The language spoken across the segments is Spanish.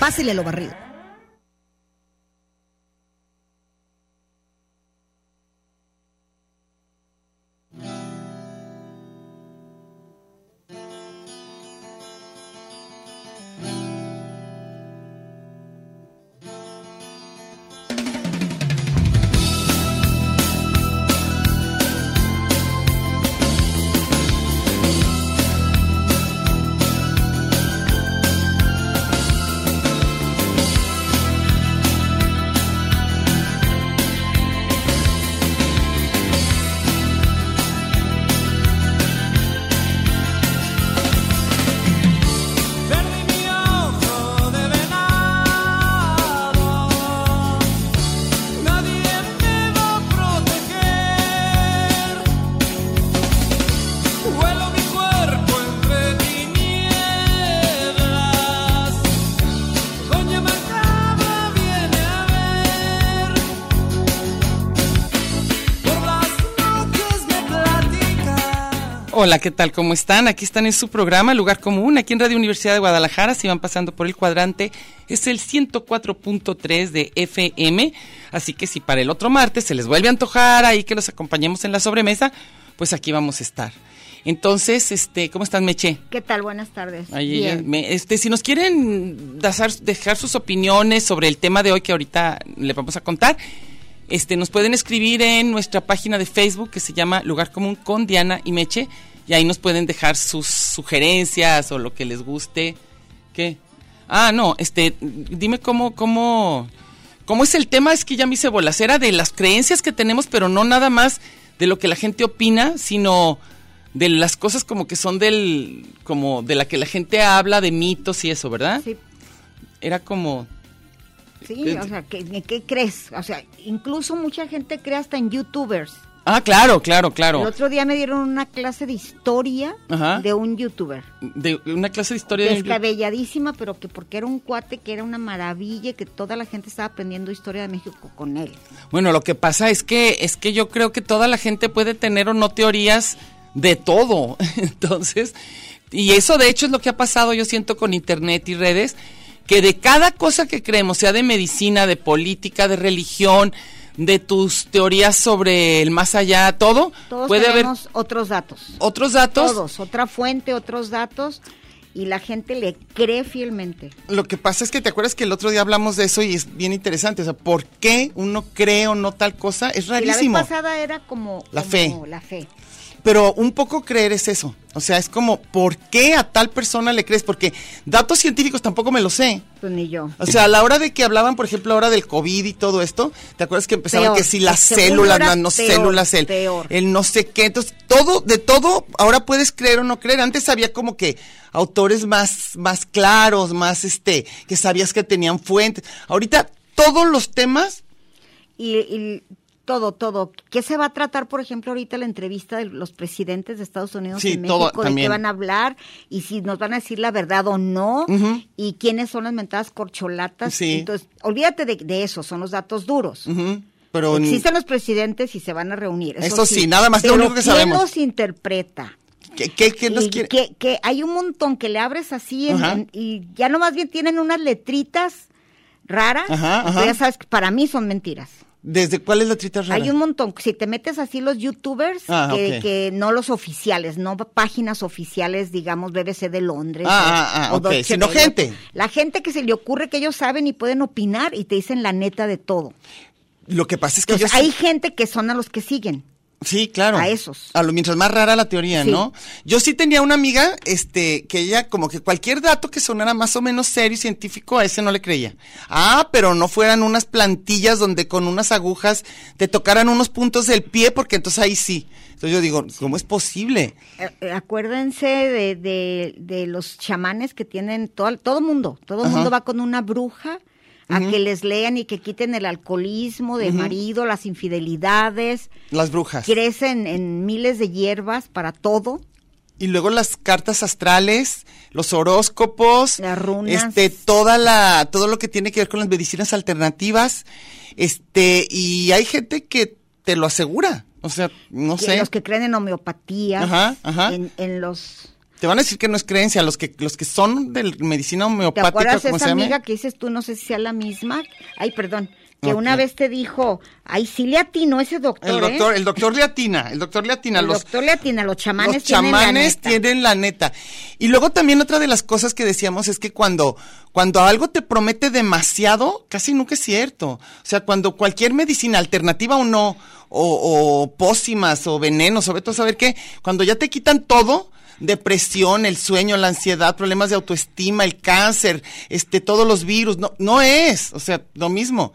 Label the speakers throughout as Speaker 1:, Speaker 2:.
Speaker 1: Pásele lo barrido.
Speaker 2: Perdí mi ojo de venado, nadie me va a proteger. Vuelo mi cuerpo entre tinieblas, doña Macabra viene a ver. Por las noches me platica.
Speaker 3: Hola, ¿qué tal? ¿Cómo están? Aquí están en su programa Lugar Común, aquí en Radio Universidad de Guadalajara. Si van pasando por el cuadrante, es el 104.3 de FM. Así que si para el otro martes se les vuelve a antojar ahí que los acompañemos en la sobremesa, pues aquí vamos a estar. Entonces, este, ¿cómo están, Meche?
Speaker 4: ¿Qué tal? Buenas tardes.
Speaker 3: Ahí
Speaker 4: Bien.
Speaker 3: ella- me- este, si nos quieren dasar- dejar sus opiniones sobre el tema de hoy que ahorita le vamos a contar, este, nos pueden escribir en nuestra página de Facebook que se llama Lugar Común con Diana y Meche y ahí nos pueden dejar sus sugerencias o lo que les guste. ¿Qué? Ah, no, este, dime cómo, cómo, cómo es el tema, es que ya me hice bolas, era de las creencias que tenemos, pero no nada más de lo que la gente opina, sino de las cosas como que son del, como de la que la gente habla, de mitos y eso, ¿verdad?
Speaker 4: Sí,
Speaker 3: Era como,
Speaker 4: sí, o sea, ¿qué, en qué crees? O sea, incluso mucha gente cree hasta en youtubers.
Speaker 3: ah, claro, claro,
Speaker 4: El
Speaker 3: claro,
Speaker 4: otro día me dieron una clase de historia
Speaker 3: Ajá.
Speaker 4: de un youtuber.
Speaker 3: de una clase de historia. de-
Speaker 4: Descabelladísima, pero que porque era un cuate que era una maravilla y que toda la gente estaba aprendiendo historia de México con él.
Speaker 3: Bueno, lo que pasa es que es que yo creo que toda la gente puede tener o no teorías de todo. Entonces, y eso de hecho es lo que ha pasado, yo siento, con internet y redes, que de cada cosa que creemos, sea de medicina, de política, de religión, de tus teorías sobre el más allá, todo,
Speaker 4: Todos
Speaker 3: puede haber
Speaker 4: tenemos otros datos.
Speaker 3: otros datos.
Speaker 4: Todos, otra fuente, otros datos, y la gente le cree fielmente.
Speaker 3: Lo que pasa es que te acuerdas que el otro día hablamos de eso y es bien interesante. O sea, ¿por qué uno cree o no tal cosa? Es
Speaker 4: Y la vez
Speaker 3: rarísimo.
Speaker 4: pasada era como
Speaker 3: La
Speaker 4: como
Speaker 3: fe.
Speaker 4: La fe.
Speaker 3: Pero un poco creer es eso. O sea, es como, ¿por qué a tal persona le crees? Porque datos científicos tampoco me los sé.
Speaker 4: Pues ni yo.
Speaker 3: O sea, a la hora de que hablaban, por ejemplo, ahora del COVID y todo esto, ¿te acuerdas que empezaban
Speaker 4: Peor.
Speaker 3: que si las
Speaker 4: Según
Speaker 3: células,
Speaker 4: era
Speaker 3: las no
Speaker 4: peor,
Speaker 3: células, el,
Speaker 4: peor.
Speaker 3: el no sé qué? Entonces, todo, de todo, ahora puedes creer o no creer. Antes había como que autores más, más claros, más este, que sabías que tenían fuentes. Ahorita, todos los temas
Speaker 4: y, y todo, todo. ¿Qué se va a tratar, por ejemplo, ahorita la entrevista de los presidentes de Estados Unidos
Speaker 3: Sí,
Speaker 4: y México?
Speaker 3: todo,
Speaker 4: ¿De
Speaker 3: también.
Speaker 4: qué van a hablar? ¿Y si nos van a decir la verdad o no?
Speaker 3: Ujú.
Speaker 4: ¿Y quiénes son las mentadas corcholatas?
Speaker 3: Sí.
Speaker 4: Entonces, olvídate de, de eso, son los datos duros.
Speaker 3: Ujú, pero en-
Speaker 4: Existen los presidentes y se van a reunir. Eso,
Speaker 3: Eso sí, nada más, lo
Speaker 4: Pero
Speaker 3: único que sabemos.
Speaker 4: ¿Quién los interpreta?
Speaker 3: ¿qué, qué, qué nos
Speaker 4: Y
Speaker 3: quiere?
Speaker 4: que, que hay un montón que le abres así en-
Speaker 3: Ajá.
Speaker 4: en- y ya nomás bien tienen unas letritas raras.
Speaker 3: Ajá,
Speaker 4: pero
Speaker 3: ajá.
Speaker 4: Ya sabes que para mí son mentiras.
Speaker 3: ¿Desde cuál es la trita rara?
Speaker 4: Hay un montón. Si te metes así los youtubers,
Speaker 3: Ah,
Speaker 4: que,
Speaker 3: ok.
Speaker 4: que no los oficiales, no páginas oficiales, digamos BBC de Londres. eh,
Speaker 3: Ah, ah, ah, ok,
Speaker 4: Deutsche
Speaker 3: sino
Speaker 4: Welle.
Speaker 3: gente.
Speaker 4: La gente que se le ocurre que ellos saben y pueden opinar y te dicen la neta de todo.
Speaker 3: Lo que pasa es que
Speaker 4: Entonces,
Speaker 3: yo sé-
Speaker 4: hay gente que son a los que siguen.
Speaker 3: Sí, claro.
Speaker 4: A esos.
Speaker 3: A lo mientras más rara la teoría,
Speaker 4: Sí.
Speaker 3: ¿no? Yo sí tenía una amiga, este, que ella como que cualquier dato que sonara más o menos serio y científico, a ese no le creía. Ah, pero no fueran unas plantillas donde con unas agujas te tocaran unos puntos del pie, porque entonces ahí sí. Entonces yo digo, ¿cómo es posible?
Speaker 4: Eh, eh, Acuérdense de, de- de los chamanes que tienen todo, todo mundo, todo
Speaker 3: Ajá.
Speaker 4: mundo va con una bruja a que les lean y que quiten el alcoholismo de marido, las infidelidades,
Speaker 3: Las brujas.
Speaker 4: crecen en miles de hierbas para todo.
Speaker 3: Y luego las cartas astrales, los horóscopos,
Speaker 4: Las runas.
Speaker 3: este, toda la, todo lo que tiene que ver con las medicinas alternativas, este, y hay gente que te lo asegura, o sea, no
Speaker 4: que-
Speaker 3: sé,
Speaker 4: Los que creen en homeopatía,
Speaker 3: Oh, Ajá, ajá.
Speaker 4: En, en los...
Speaker 3: te van a decir que no es creencia, los que, los que son de medicina
Speaker 4: ¿Te
Speaker 3: homeopática,
Speaker 4: acuerdas
Speaker 3: como se
Speaker 4: esa
Speaker 3: llama.
Speaker 4: amiga que dices tú, no sé si sea la misma? Ay, perdón, que
Speaker 3: Ok.
Speaker 4: una vez te dijo, ay, sí le atino ese doctor,
Speaker 3: El
Speaker 4: ¿eh?
Speaker 3: doctor, el doctor le atina, el doctor le atina,
Speaker 4: El
Speaker 3: los,
Speaker 4: doctor le atina, los chamanes
Speaker 3: los
Speaker 4: tienen la
Speaker 3: chamanes
Speaker 4: neta.
Speaker 3: tienen la neta. Y luego también otra de las cosas que decíamos es que cuando, cuando algo te promete demasiado, casi nunca es cierto. O sea, cuando cualquier medicina, alternativa o no, o, o pócimas, o venenos, sobre todo saber qué, cuando ya te quitan todo, depresión, el sueño, la ansiedad, problemas de autoestima, el cáncer, este, todos los virus, no, no es, o sea, lo mismo.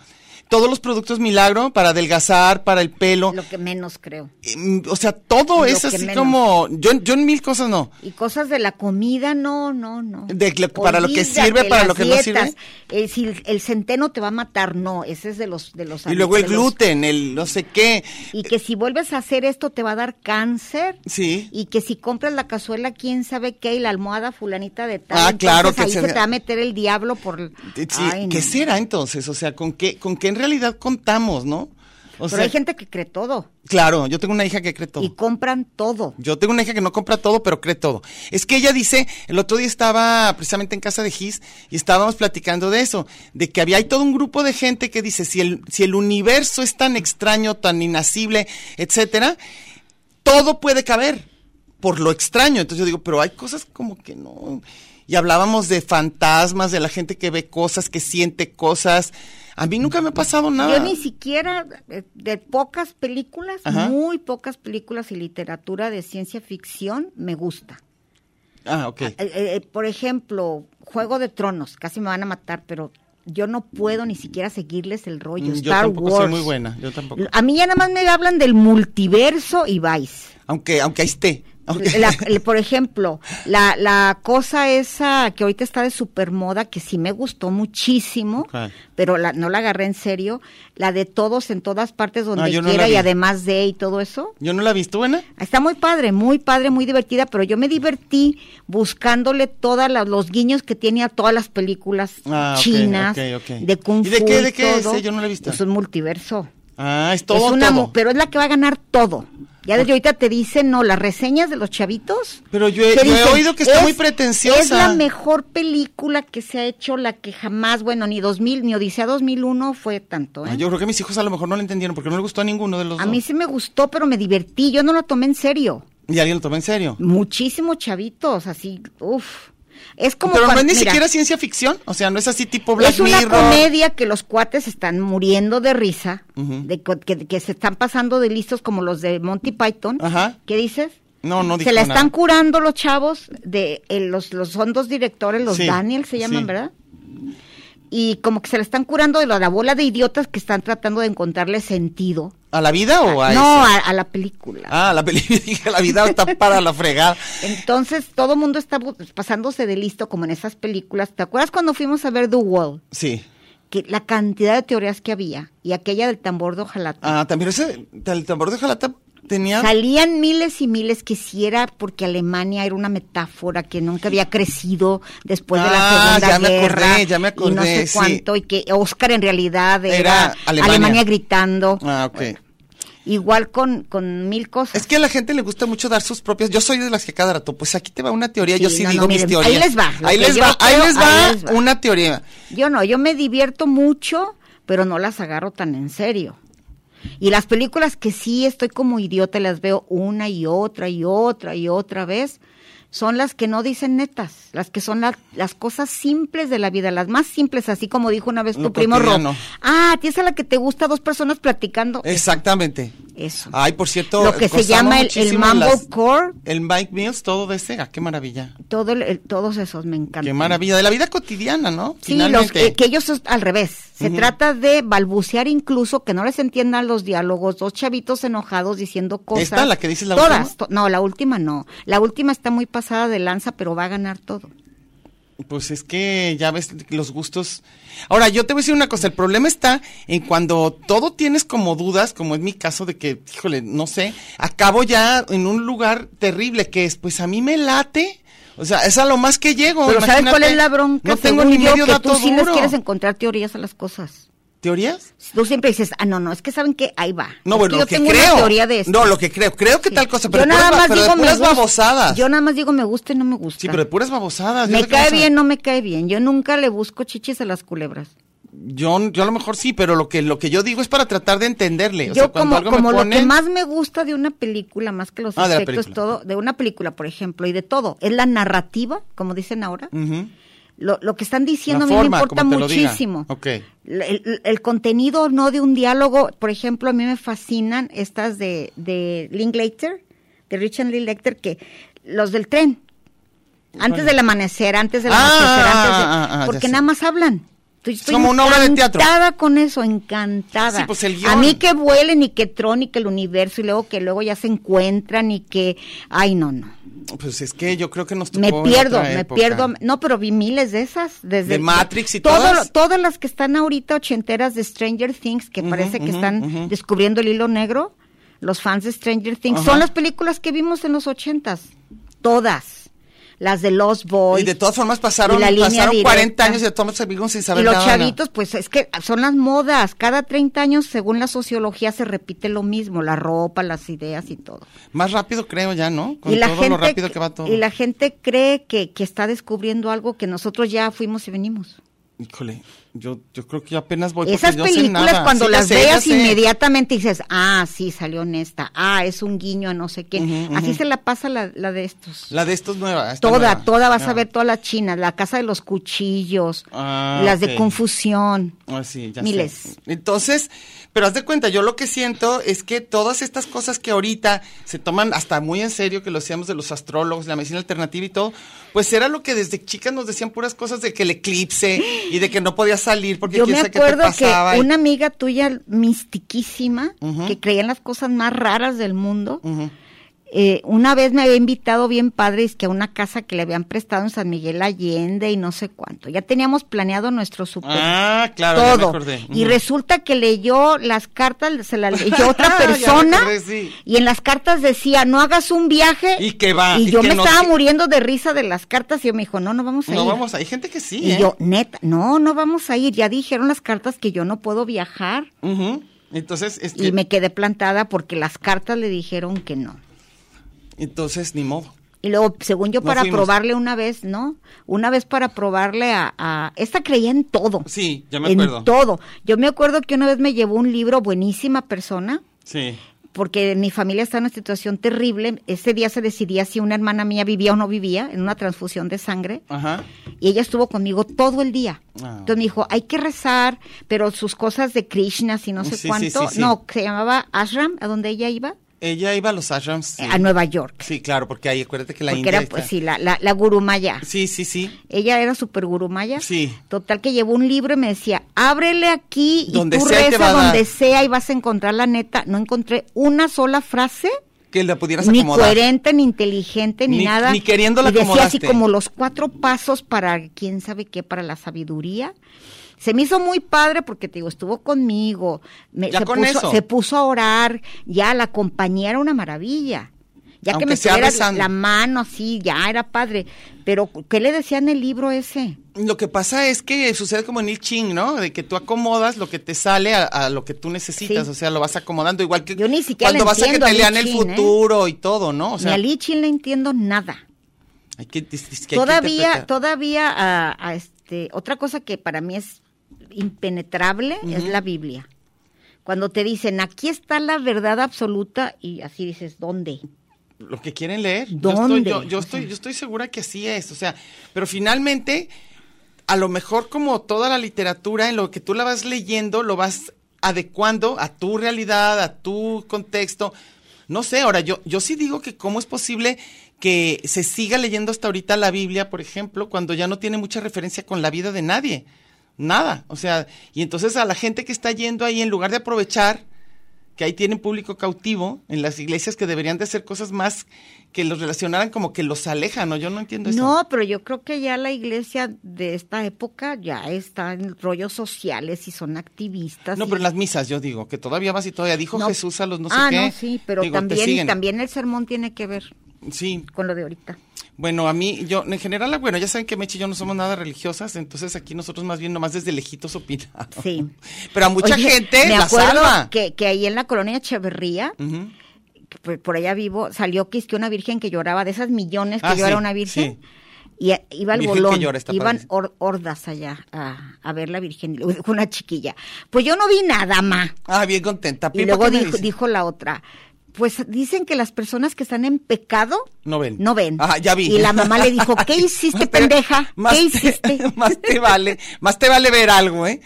Speaker 3: Todos los productos milagro para adelgazar, para el pelo,
Speaker 4: Lo que menos creo.
Speaker 3: em, o sea, todo
Speaker 4: Lo
Speaker 3: es
Speaker 4: que
Speaker 3: así
Speaker 4: menos.
Speaker 3: como, yo, yo en mil cosas no.
Speaker 4: Y cosas de la comida, no, no, no.
Speaker 3: De que- para lo que
Speaker 4: Olvídate,
Speaker 3: sirve, para
Speaker 4: las
Speaker 3: lo que no sirve.
Speaker 4: Eh, si el, el centeno te va a matar, no, ese es de los de los
Speaker 3: Y luego el
Speaker 4: de los-
Speaker 3: gluten, el no sé qué.
Speaker 4: Y que si vuelves a hacer esto te va a dar cáncer.
Speaker 3: Sí.
Speaker 4: Y que si compras la cazuela, quién sabe qué, y la almohada fulanita de tal.
Speaker 3: Ah,
Speaker 4: entonces
Speaker 3: claro que
Speaker 4: ahí
Speaker 3: se-
Speaker 4: se... te va a meter el diablo por.
Speaker 3: Sí,
Speaker 4: Ay,
Speaker 3: ¿Qué
Speaker 4: no.
Speaker 3: será entonces? O sea, ¿con qué, con qué en realidad contamos, no? O
Speaker 4: Pero
Speaker 3: sea,
Speaker 4: hay gente que cree todo
Speaker 3: claro, yo tengo una hija que cree todo.
Speaker 4: y compran todo.
Speaker 3: Yo tengo una hija que no compra todo, pero cree todo. Es que ella dice, el otro día estaba precisamente en casa de Gis y estábamos platicando de eso, de que había hay todo un grupo de gente que dice, si el, si el universo es tan extraño, tan inacible, etcétera, todo puede caber por lo extraño. Entonces yo digo, pero hay cosas como que no. Y hablábamos de fantasmas, de la gente que ve cosas, que siente cosas. A mí nunca me ha pasado nada.
Speaker 4: Yo ni siquiera, eh, de, pocas películas,
Speaker 3: Ajá.
Speaker 4: muy pocas películas y literatura de ciencia ficción me gusta.
Speaker 3: Ah, ok.
Speaker 4: Eh, eh, por ejemplo, Juego de Tronos, casi me van a matar, pero yo no puedo ni siquiera seguirles el rollo.
Speaker 3: Mm, yo
Speaker 4: Star
Speaker 3: tampoco soy
Speaker 4: Wars.
Speaker 3: muy buena, yo tampoco.
Speaker 4: A mí ya nada más me hablan del multiverso y Vice.
Speaker 3: Aunque, aunque ahí esté. Aunque-
Speaker 4: La- el- por ejemplo, la, la cosa esa que ahorita está de supermoda, que sí me gustó muchísimo,
Speaker 3: ¿Cuál?
Speaker 4: pero la, no la agarré en serio, la de todos en todas partes donde
Speaker 3: yo no
Speaker 4: quiera
Speaker 3: la
Speaker 4: y
Speaker 3: vi.
Speaker 4: además de y todo eso.
Speaker 3: Yo no la he visto buena.
Speaker 4: Está muy padre, muy padre, muy divertida, pero yo me divertí buscándole todos los guiños que tiene a todas las películas
Speaker 3: Ah, ok,
Speaker 4: chinas
Speaker 3: ok, ok.
Speaker 4: de Kung
Speaker 3: ¿Y de
Speaker 4: Fu
Speaker 3: qué-
Speaker 4: y
Speaker 3: de qué es?
Speaker 4: todo.
Speaker 3: Eh, yo no la he visto.
Speaker 4: Es un multiverso.
Speaker 3: Ah, es todo,
Speaker 4: es una mu-
Speaker 3: todo.
Speaker 4: Pero es la que va a ganar todo. Ya desde ahorita te dicen, no, las reseñas de los chavitos.
Speaker 3: Pero yo he-
Speaker 4: te
Speaker 3: yo he oído que está muy pretenciosa.
Speaker 4: Es la mejor película que se ha hecho, la que jamás, bueno, ni 2000, ni Odisea 2001 fue tanto. ¿eh?
Speaker 3: Ah, yo creo que mis hijos a lo mejor no la entendieron porque no les gustó a ninguno de los
Speaker 4: a
Speaker 3: dos.
Speaker 4: mí sí me gustó, pero me divertí, yo no la tomé en serio.
Speaker 3: Y alguien lo toma en serio.
Speaker 4: Muchísimos chavitos, así, uff. Es como
Speaker 3: Pero no
Speaker 4: cuando-
Speaker 3: es ni
Speaker 4: mira,
Speaker 3: siquiera ciencia ficción. O sea, no es así tipo Black
Speaker 4: es una
Speaker 3: Mirror.
Speaker 4: comedia que los cuates están muriendo de risa,
Speaker 3: Ujú.
Speaker 4: de co- que, que se están pasando de listos como los de Monty Python.
Speaker 3: Ajá.
Speaker 4: ¿Qué dices?
Speaker 3: No, no dijo
Speaker 4: se la
Speaker 3: nada.
Speaker 4: están curando los chavos de eh, los los son dos directores, los
Speaker 3: Sí,
Speaker 4: Daniel se llaman,
Speaker 3: sí.
Speaker 4: ¿verdad? Y como que se la están curando de la, la bola de idiotas que están tratando de encontrarle sentido.
Speaker 3: ¿A la vida o a
Speaker 4: no,
Speaker 3: eso?
Speaker 4: a, a la película.
Speaker 3: Ah, la película. dije, la vida está para la fregada.
Speaker 4: Entonces todo mundo está bu- pasándose de listo como en esas películas. ¿Te acuerdas cuando fuimos a ver The Wall?
Speaker 3: Sí.
Speaker 4: Que la cantidad de teorías que había y aquella del tambor de ojalata.
Speaker 3: Ah, también ese. El tambor de Jalata tenía.
Speaker 4: Salían miles y miles que si era porque Alemania era una metáfora que nunca había crecido después de la
Speaker 3: Ah,
Speaker 4: Segunda
Speaker 3: ya me
Speaker 4: Guerra.
Speaker 3: acordé, ya me
Speaker 4: Y no
Speaker 3: acordé,
Speaker 4: sé
Speaker 3: sí.
Speaker 4: cuánto, y que Oscar en realidad era,
Speaker 3: Era Alemania.
Speaker 4: Alemania. gritando.
Speaker 3: Ah, ok.
Speaker 4: Igual con, con mil cosas.
Speaker 3: Es que a la gente le gusta mucho dar sus propias. Yo soy de las que cada rato, pues aquí te va una teoría. yo
Speaker 4: Sí,
Speaker 3: sí
Speaker 4: no, no,
Speaker 3: digo mis
Speaker 4: miren,
Speaker 3: teorías.
Speaker 4: ahí les va, lo
Speaker 3: Ahí
Speaker 4: que
Speaker 3: les
Speaker 4: yo
Speaker 3: va, ahí
Speaker 4: creo,
Speaker 3: les va
Speaker 4: ahí les va.
Speaker 3: una teoría.
Speaker 4: Yo no, yo me divierto mucho, pero no las agarro tan en serio. Y las películas que sí estoy como idiota, y las veo una y otra y otra y otra vez, son las que no dicen netas, las que son la- las cosas simples de la vida, las más simples, así como dijo una vez
Speaker 3: Lo
Speaker 4: tu primo Rob.
Speaker 3: cotidiano.
Speaker 4: Ah, a ti es a la que te gusta dos personas platicando.
Speaker 3: Exactamente.
Speaker 4: Eso.
Speaker 3: Ay, por cierto,
Speaker 4: Lo que se
Speaker 3: gozamos
Speaker 4: llama el, el
Speaker 3: muchísimo
Speaker 4: mambo
Speaker 3: las-
Speaker 4: core,
Speaker 3: El Mike Mills, todo de Sega, qué maravilla.
Speaker 4: todo el- el- todos esos me encantan.
Speaker 3: Qué maravilla, de la vida cotidiana, ¿no?
Speaker 4: Sí, los que, que ellos es al revés. Se
Speaker 3: Ujú.
Speaker 4: trata de balbucear incluso que no les entiendan los diálogos, dos chavitos enojados diciendo cosas.
Speaker 3: ¿Esta, la que dices, la
Speaker 4: Todas.
Speaker 3: última?
Speaker 4: to- no, la última no. La última está muy pasada de lanza, pero va a ganar todo.
Speaker 3: Pues es que ya ves los gustos. Ahora, yo te voy a decir una cosa, el problema está en cuando todo tienes como dudas, como es mi caso de que, híjole, no sé, acabo ya en un lugar terrible que es, pues a mí me late. O sea, es a lo más que llego.
Speaker 4: pero ¿sabes cuál
Speaker 3: imagínate.
Speaker 4: es la bronca?
Speaker 3: No tengo
Speaker 4: Según
Speaker 3: ni
Speaker 4: yo,
Speaker 3: medio
Speaker 4: que
Speaker 3: dato
Speaker 4: tú sí les
Speaker 3: duro.
Speaker 4: quieres encontrar teorías a las cosas.
Speaker 3: ¿Teorías?
Speaker 4: Tú siempre dices, ah, no, no, es que saben que ahí va.
Speaker 3: No,
Speaker 4: Es
Speaker 3: bueno,
Speaker 4: yo
Speaker 3: lo que
Speaker 4: tengo
Speaker 3: creo.
Speaker 4: una teoría de esto.
Speaker 3: No, lo que creo. Creo que
Speaker 4: Sí.
Speaker 3: tal cosa, pero,
Speaker 4: yo
Speaker 3: de puras
Speaker 4: nada
Speaker 3: ba-
Speaker 4: más
Speaker 3: pero de
Speaker 4: digo me
Speaker 3: puras
Speaker 4: gusta.
Speaker 3: babosadas.
Speaker 4: Yo nada más digo me gusta y no me gusta.
Speaker 3: Sí, pero de puras babosadas. yo
Speaker 4: me
Speaker 3: sé que no
Speaker 4: cae
Speaker 3: sé.
Speaker 4: bien, no me cae bien. Yo nunca le busco chichis a las culebras.
Speaker 3: Yo, yo a lo mejor sí, pero lo que, lo que yo digo es para tratar de entenderle. O
Speaker 4: yo
Speaker 3: sea, cuando
Speaker 4: como,
Speaker 3: algo
Speaker 4: como
Speaker 3: me
Speaker 4: lo
Speaker 3: pone...
Speaker 4: que más me gusta de una película, más que los
Speaker 3: Ah, de la
Speaker 4: efectos,
Speaker 3: película.
Speaker 4: todo, de una película, por ejemplo, y de todo, es la narrativa, como dicen ahora.
Speaker 3: Ujú.
Speaker 4: Lo, lo que están diciendo
Speaker 3: La
Speaker 4: a mí
Speaker 3: forma,
Speaker 4: me importa
Speaker 3: como te lo diga.
Speaker 4: muchísimo.
Speaker 3: Ok.
Speaker 4: El, el- el contenido no de un diálogo, por ejemplo, a mí me fascinan estas de, de Linklater, de Richard Linklater, que los del tren, antes del amanecer, antes del
Speaker 3: Ah,
Speaker 4: amanecer, antes de-
Speaker 3: ah, ah, ah,
Speaker 4: porque
Speaker 3: ya
Speaker 4: nada
Speaker 3: sé.
Speaker 4: más hablan. Estoy- estoy
Speaker 3: como una obra de teatro.
Speaker 4: Encantada con eso, encantada.
Speaker 3: Sí, pues, el
Speaker 4: a
Speaker 3: guión.
Speaker 4: mí que vuelen y que tron y que el universo y luego que luego ya se encuentran y que, ay, no, no.
Speaker 3: Pues es que yo creo que nos tocó
Speaker 4: Me
Speaker 3: en
Speaker 4: pierdo,
Speaker 3: otra
Speaker 4: me
Speaker 3: época.
Speaker 4: pierdo. No, pero vi miles de esas. Desde
Speaker 3: ¿De
Speaker 4: el-
Speaker 3: Matrix y
Speaker 4: todo lo-
Speaker 3: todas?
Speaker 4: todas las que están ahorita ochenteras de Stranger Things, que
Speaker 3: Ujú,
Speaker 4: parece que
Speaker 3: ujú,
Speaker 4: están
Speaker 3: ujú.
Speaker 4: descubriendo el hilo negro. Los fans de Stranger Things.
Speaker 3: Ajá.
Speaker 4: Son las películas que vimos en los ochentas. Todas. Las de Lost Boys.
Speaker 3: Y de todas formas pasaron,
Speaker 4: y la línea
Speaker 3: pasaron
Speaker 4: directa.
Speaker 3: 40 años y de todos seguimos sin saber
Speaker 4: y los
Speaker 3: nada.
Speaker 4: chavitos, pues es que son las modas. Cada 30 años, según la sociología, se repite lo mismo. La ropa, las ideas y todo.
Speaker 3: Más rápido creo ya, ¿no? Con todo lo rápido que va todo.
Speaker 4: y la gente cree que, que está descubriendo algo que nosotros ya fuimos y venimos.
Speaker 3: Híjole, yo, yo creo que yo apenas voy
Speaker 4: Esas
Speaker 3: Pues, porque yo sé
Speaker 4: películas
Speaker 3: nada.
Speaker 4: cuando
Speaker 3: Sí, ya
Speaker 4: las
Speaker 3: sé, ya
Speaker 4: veas
Speaker 3: sé.
Speaker 4: inmediatamente dices, ah, sí, salió en esta, ah, es un guiño a no sé quién.
Speaker 3: Ujú,
Speaker 4: Así
Speaker 3: ujú.
Speaker 4: se la pasa la, la de estos.
Speaker 3: La de estos nueva. esta
Speaker 4: toda,
Speaker 3: nueva. Ah.
Speaker 4: toda, vas a
Speaker 3: Nueva.
Speaker 4: ver todas las chinas, la casa de los cuchillos,
Speaker 3: Ah,
Speaker 4: las
Speaker 3: ok.
Speaker 4: de confusión.
Speaker 3: Ah, sí, ya
Speaker 4: Miles.
Speaker 3: sé. Entonces, pero haz de cuenta, yo lo que siento es que todas estas cosas que ahorita se toman hasta muy en serio, que lo hacíamos de los astrólogos, la medicina alternativa y todo, pues era lo que desde chicas nos decían puras cosas de que el eclipse y de que no podías salir porque
Speaker 4: Yo
Speaker 3: quién
Speaker 4: me
Speaker 3: sabe qué te
Speaker 4: acuerdo que
Speaker 3: pasaba. y-
Speaker 4: una amiga tuya mistiquísima,
Speaker 3: Ujú.
Speaker 4: que creía en las cosas más raras del mundo,
Speaker 3: Ujú.
Speaker 4: eh, una vez me había invitado bien padres que a una casa que le habían prestado en San Miguel Allende y no sé cuánto. Ya teníamos planeado nuestro super
Speaker 3: Ah, claro, ya me
Speaker 4: todo.
Speaker 3: acordé.
Speaker 4: Y
Speaker 3: Ujú.
Speaker 4: resulta que leyó las cartas, se las leyó otra
Speaker 3: Ya me
Speaker 4: persona.
Speaker 3: acordé, sí.
Speaker 4: Y en las cartas decía, no hagas un viaje.
Speaker 3: Y que va,
Speaker 4: Y,
Speaker 3: y
Speaker 4: yo
Speaker 3: que
Speaker 4: me
Speaker 3: no
Speaker 4: estaba
Speaker 3: se-
Speaker 4: muriendo de risa de las cartas. Y yo me dijo, no, no vamos a
Speaker 3: No,
Speaker 4: ir.
Speaker 3: vamos, hay gente que sí,
Speaker 4: y
Speaker 3: ¿eh?
Speaker 4: yo, neta, no, no vamos a ir. Ya dijeron las cartas que yo no puedo viajar.
Speaker 3: Ujú. Entonces, este,
Speaker 4: Y me quedé plantada porque las cartas le dijeron que no.
Speaker 3: entonces, ni modo.
Speaker 4: Y luego, según yo,
Speaker 3: No
Speaker 4: para
Speaker 3: fuimos.
Speaker 4: probarle una vez, ¿no? Una vez para probarle a, a- Esta creía en todo.
Speaker 3: Sí, ya me acuerdo.
Speaker 4: En todo. Yo me acuerdo que una vez me llevó un libro, buenísima persona,
Speaker 3: Sí.
Speaker 4: porque mi familia está en una situación terrible. Ese día se decidía si una hermana mía vivía o no vivía en una transfusión de sangre.
Speaker 3: Ajá.
Speaker 4: Y ella estuvo conmigo todo el día.
Speaker 3: Ah.
Speaker 4: Entonces me dijo, hay que rezar, pero sus cosas de Krishna, si no sé
Speaker 3: Mm, Sí, sí,
Speaker 4: cuánto.
Speaker 3: sí, sí.
Speaker 4: No, se llamaba Ashram, a donde ella iba,
Speaker 3: Ella iba a los ashrams. Sí,
Speaker 4: a Nueva York.
Speaker 3: Sí, claro, porque ahí acuérdate que la
Speaker 4: porque
Speaker 3: India
Speaker 4: era,
Speaker 3: está-
Speaker 4: pues, sí, la, la, la gurumaya.
Speaker 3: Sí, sí, sí.
Speaker 4: Ella era super gurumaya.
Speaker 3: Sí.
Speaker 4: Total que llevó un libro y me decía, ábrele aquí y
Speaker 3: Donde
Speaker 4: tú
Speaker 3: sea te va
Speaker 4: reza
Speaker 3: a dar.
Speaker 4: donde sea y vas a encontrar la neta. No encontré una sola frase
Speaker 3: Que la pudieras
Speaker 4: ni
Speaker 3: acomodar.
Speaker 4: coherente, ni inteligente, ni,
Speaker 3: Ni-
Speaker 4: nada.
Speaker 3: ni queriéndola
Speaker 4: Y decía así
Speaker 3: acomodaste.
Speaker 4: como los cuatro pasos para quién sabe qué, para la sabiduría. Se me hizo muy padre porque te digo, estuvo conmigo, me-
Speaker 3: Ya
Speaker 4: se,
Speaker 3: con
Speaker 4: puso,
Speaker 3: eso.
Speaker 4: se puso a orar, ya la compañía era una maravilla. Ya
Speaker 3: Aunque
Speaker 4: que me
Speaker 3: sea
Speaker 4: tuviera
Speaker 3: rezando.
Speaker 4: la mano así, ya era padre. Pero, ¿qué le decían el libro ese?
Speaker 3: Lo que pasa es que sucede como en el ching, ¿no? De que tú acomodas lo que te sale a, a lo que tú necesitas,
Speaker 4: Sí.
Speaker 3: o sea, lo vas acomodando igual que
Speaker 4: Yo ni siquiera
Speaker 3: cuando
Speaker 4: le
Speaker 3: vas a que
Speaker 4: entiendo
Speaker 3: te
Speaker 4: al
Speaker 3: lean
Speaker 4: I
Speaker 3: el
Speaker 4: Ching, ¿eh?
Speaker 3: futuro y todo, ¿no? O
Speaker 4: Ni
Speaker 3: sea,
Speaker 4: a Lee Chin le entiendo nada.
Speaker 3: hay que, es- es que hay que
Speaker 4: todavía,
Speaker 3: interpretar.
Speaker 4: todavía, a, a este, otra cosa que para mí es impenetrable es la Biblia. Cuando te dicen, aquí está la verdad absoluta, y así dices, ¿dónde?
Speaker 3: lo que quieren leer.
Speaker 4: ¿Dónde?
Speaker 3: Yo estoy, yo, yo
Speaker 4: O
Speaker 3: estoy,
Speaker 4: sea.
Speaker 3: yo estoy segura que así es. O sea, pero finalmente, a lo mejor como toda la literatura, en lo que tú la vas leyendo, lo vas adecuando a tu realidad, a tu contexto. No sé, ahora yo, yo sí digo que cómo es posible que se siga leyendo hasta ahorita la Biblia, por ejemplo, cuando ya no tiene mucha referencia con la vida de nadie. Nada. O sea, y entonces a la gente que está yendo ahí, en lugar de aprovechar que ahí tienen público cautivo en las iglesias que deberían de hacer cosas más que los relacionaran como que los alejan, ¿no? Yo no entiendo eso.
Speaker 4: No, pero yo creo que ya la iglesia de esta época ya está en rollos sociales y son activistas.
Speaker 3: No,
Speaker 4: y-
Speaker 3: pero en las misas, yo digo, que todavía vas y todavía dijo
Speaker 4: No.
Speaker 3: Jesús a los no sé
Speaker 4: ah,
Speaker 3: qué.
Speaker 4: no, sí, pero
Speaker 3: Digo, te
Speaker 4: también,
Speaker 3: siguen.
Speaker 4: también el sermón tiene que ver
Speaker 3: Sí,
Speaker 4: con lo de ahorita.
Speaker 3: bueno, a mí, yo, en general, bueno, ya saben que Meche y yo no somos nada religiosas, entonces aquí nosotros más bien nomás desde lejitos opinamos.
Speaker 4: Sí.
Speaker 3: Pero a mucha
Speaker 4: Oye,
Speaker 3: gente
Speaker 4: me
Speaker 3: la
Speaker 4: acuerdo
Speaker 3: salva.
Speaker 4: Que, que ahí en la colonia Echeverría,
Speaker 3: Ujú.
Speaker 4: que por, por allá vivo, salió que es que una virgen que lloraba, de esas millones que
Speaker 3: Ah,
Speaker 4: llora
Speaker 3: sí,
Speaker 4: una virgen. Y eh, iba al
Speaker 3: Virgen que
Speaker 4: bolón,
Speaker 3: llora, está
Speaker 4: iban
Speaker 3: padrísimo.
Speaker 4: hor- hordas allá a, a ver la virgen, y luego dijo una chiquilla. Pues yo no vi nada más.
Speaker 3: Ah, bien contenta.
Speaker 4: Y
Speaker 3: Pipa,
Speaker 4: luego
Speaker 3: ¿qué me
Speaker 4: dijo,
Speaker 3: dices?
Speaker 4: dijo la otra, pues dicen que las personas que están en pecado
Speaker 3: No ven.
Speaker 4: No ven.
Speaker 3: Ah, ya vi.
Speaker 4: Y la mamá le dijo, ¿qué hiciste,
Speaker 3: Más te-
Speaker 4: pendeja?
Speaker 3: más
Speaker 4: ¿Qué
Speaker 3: te-
Speaker 4: hiciste?
Speaker 3: más te vale, más te vale ver algo, ¿eh?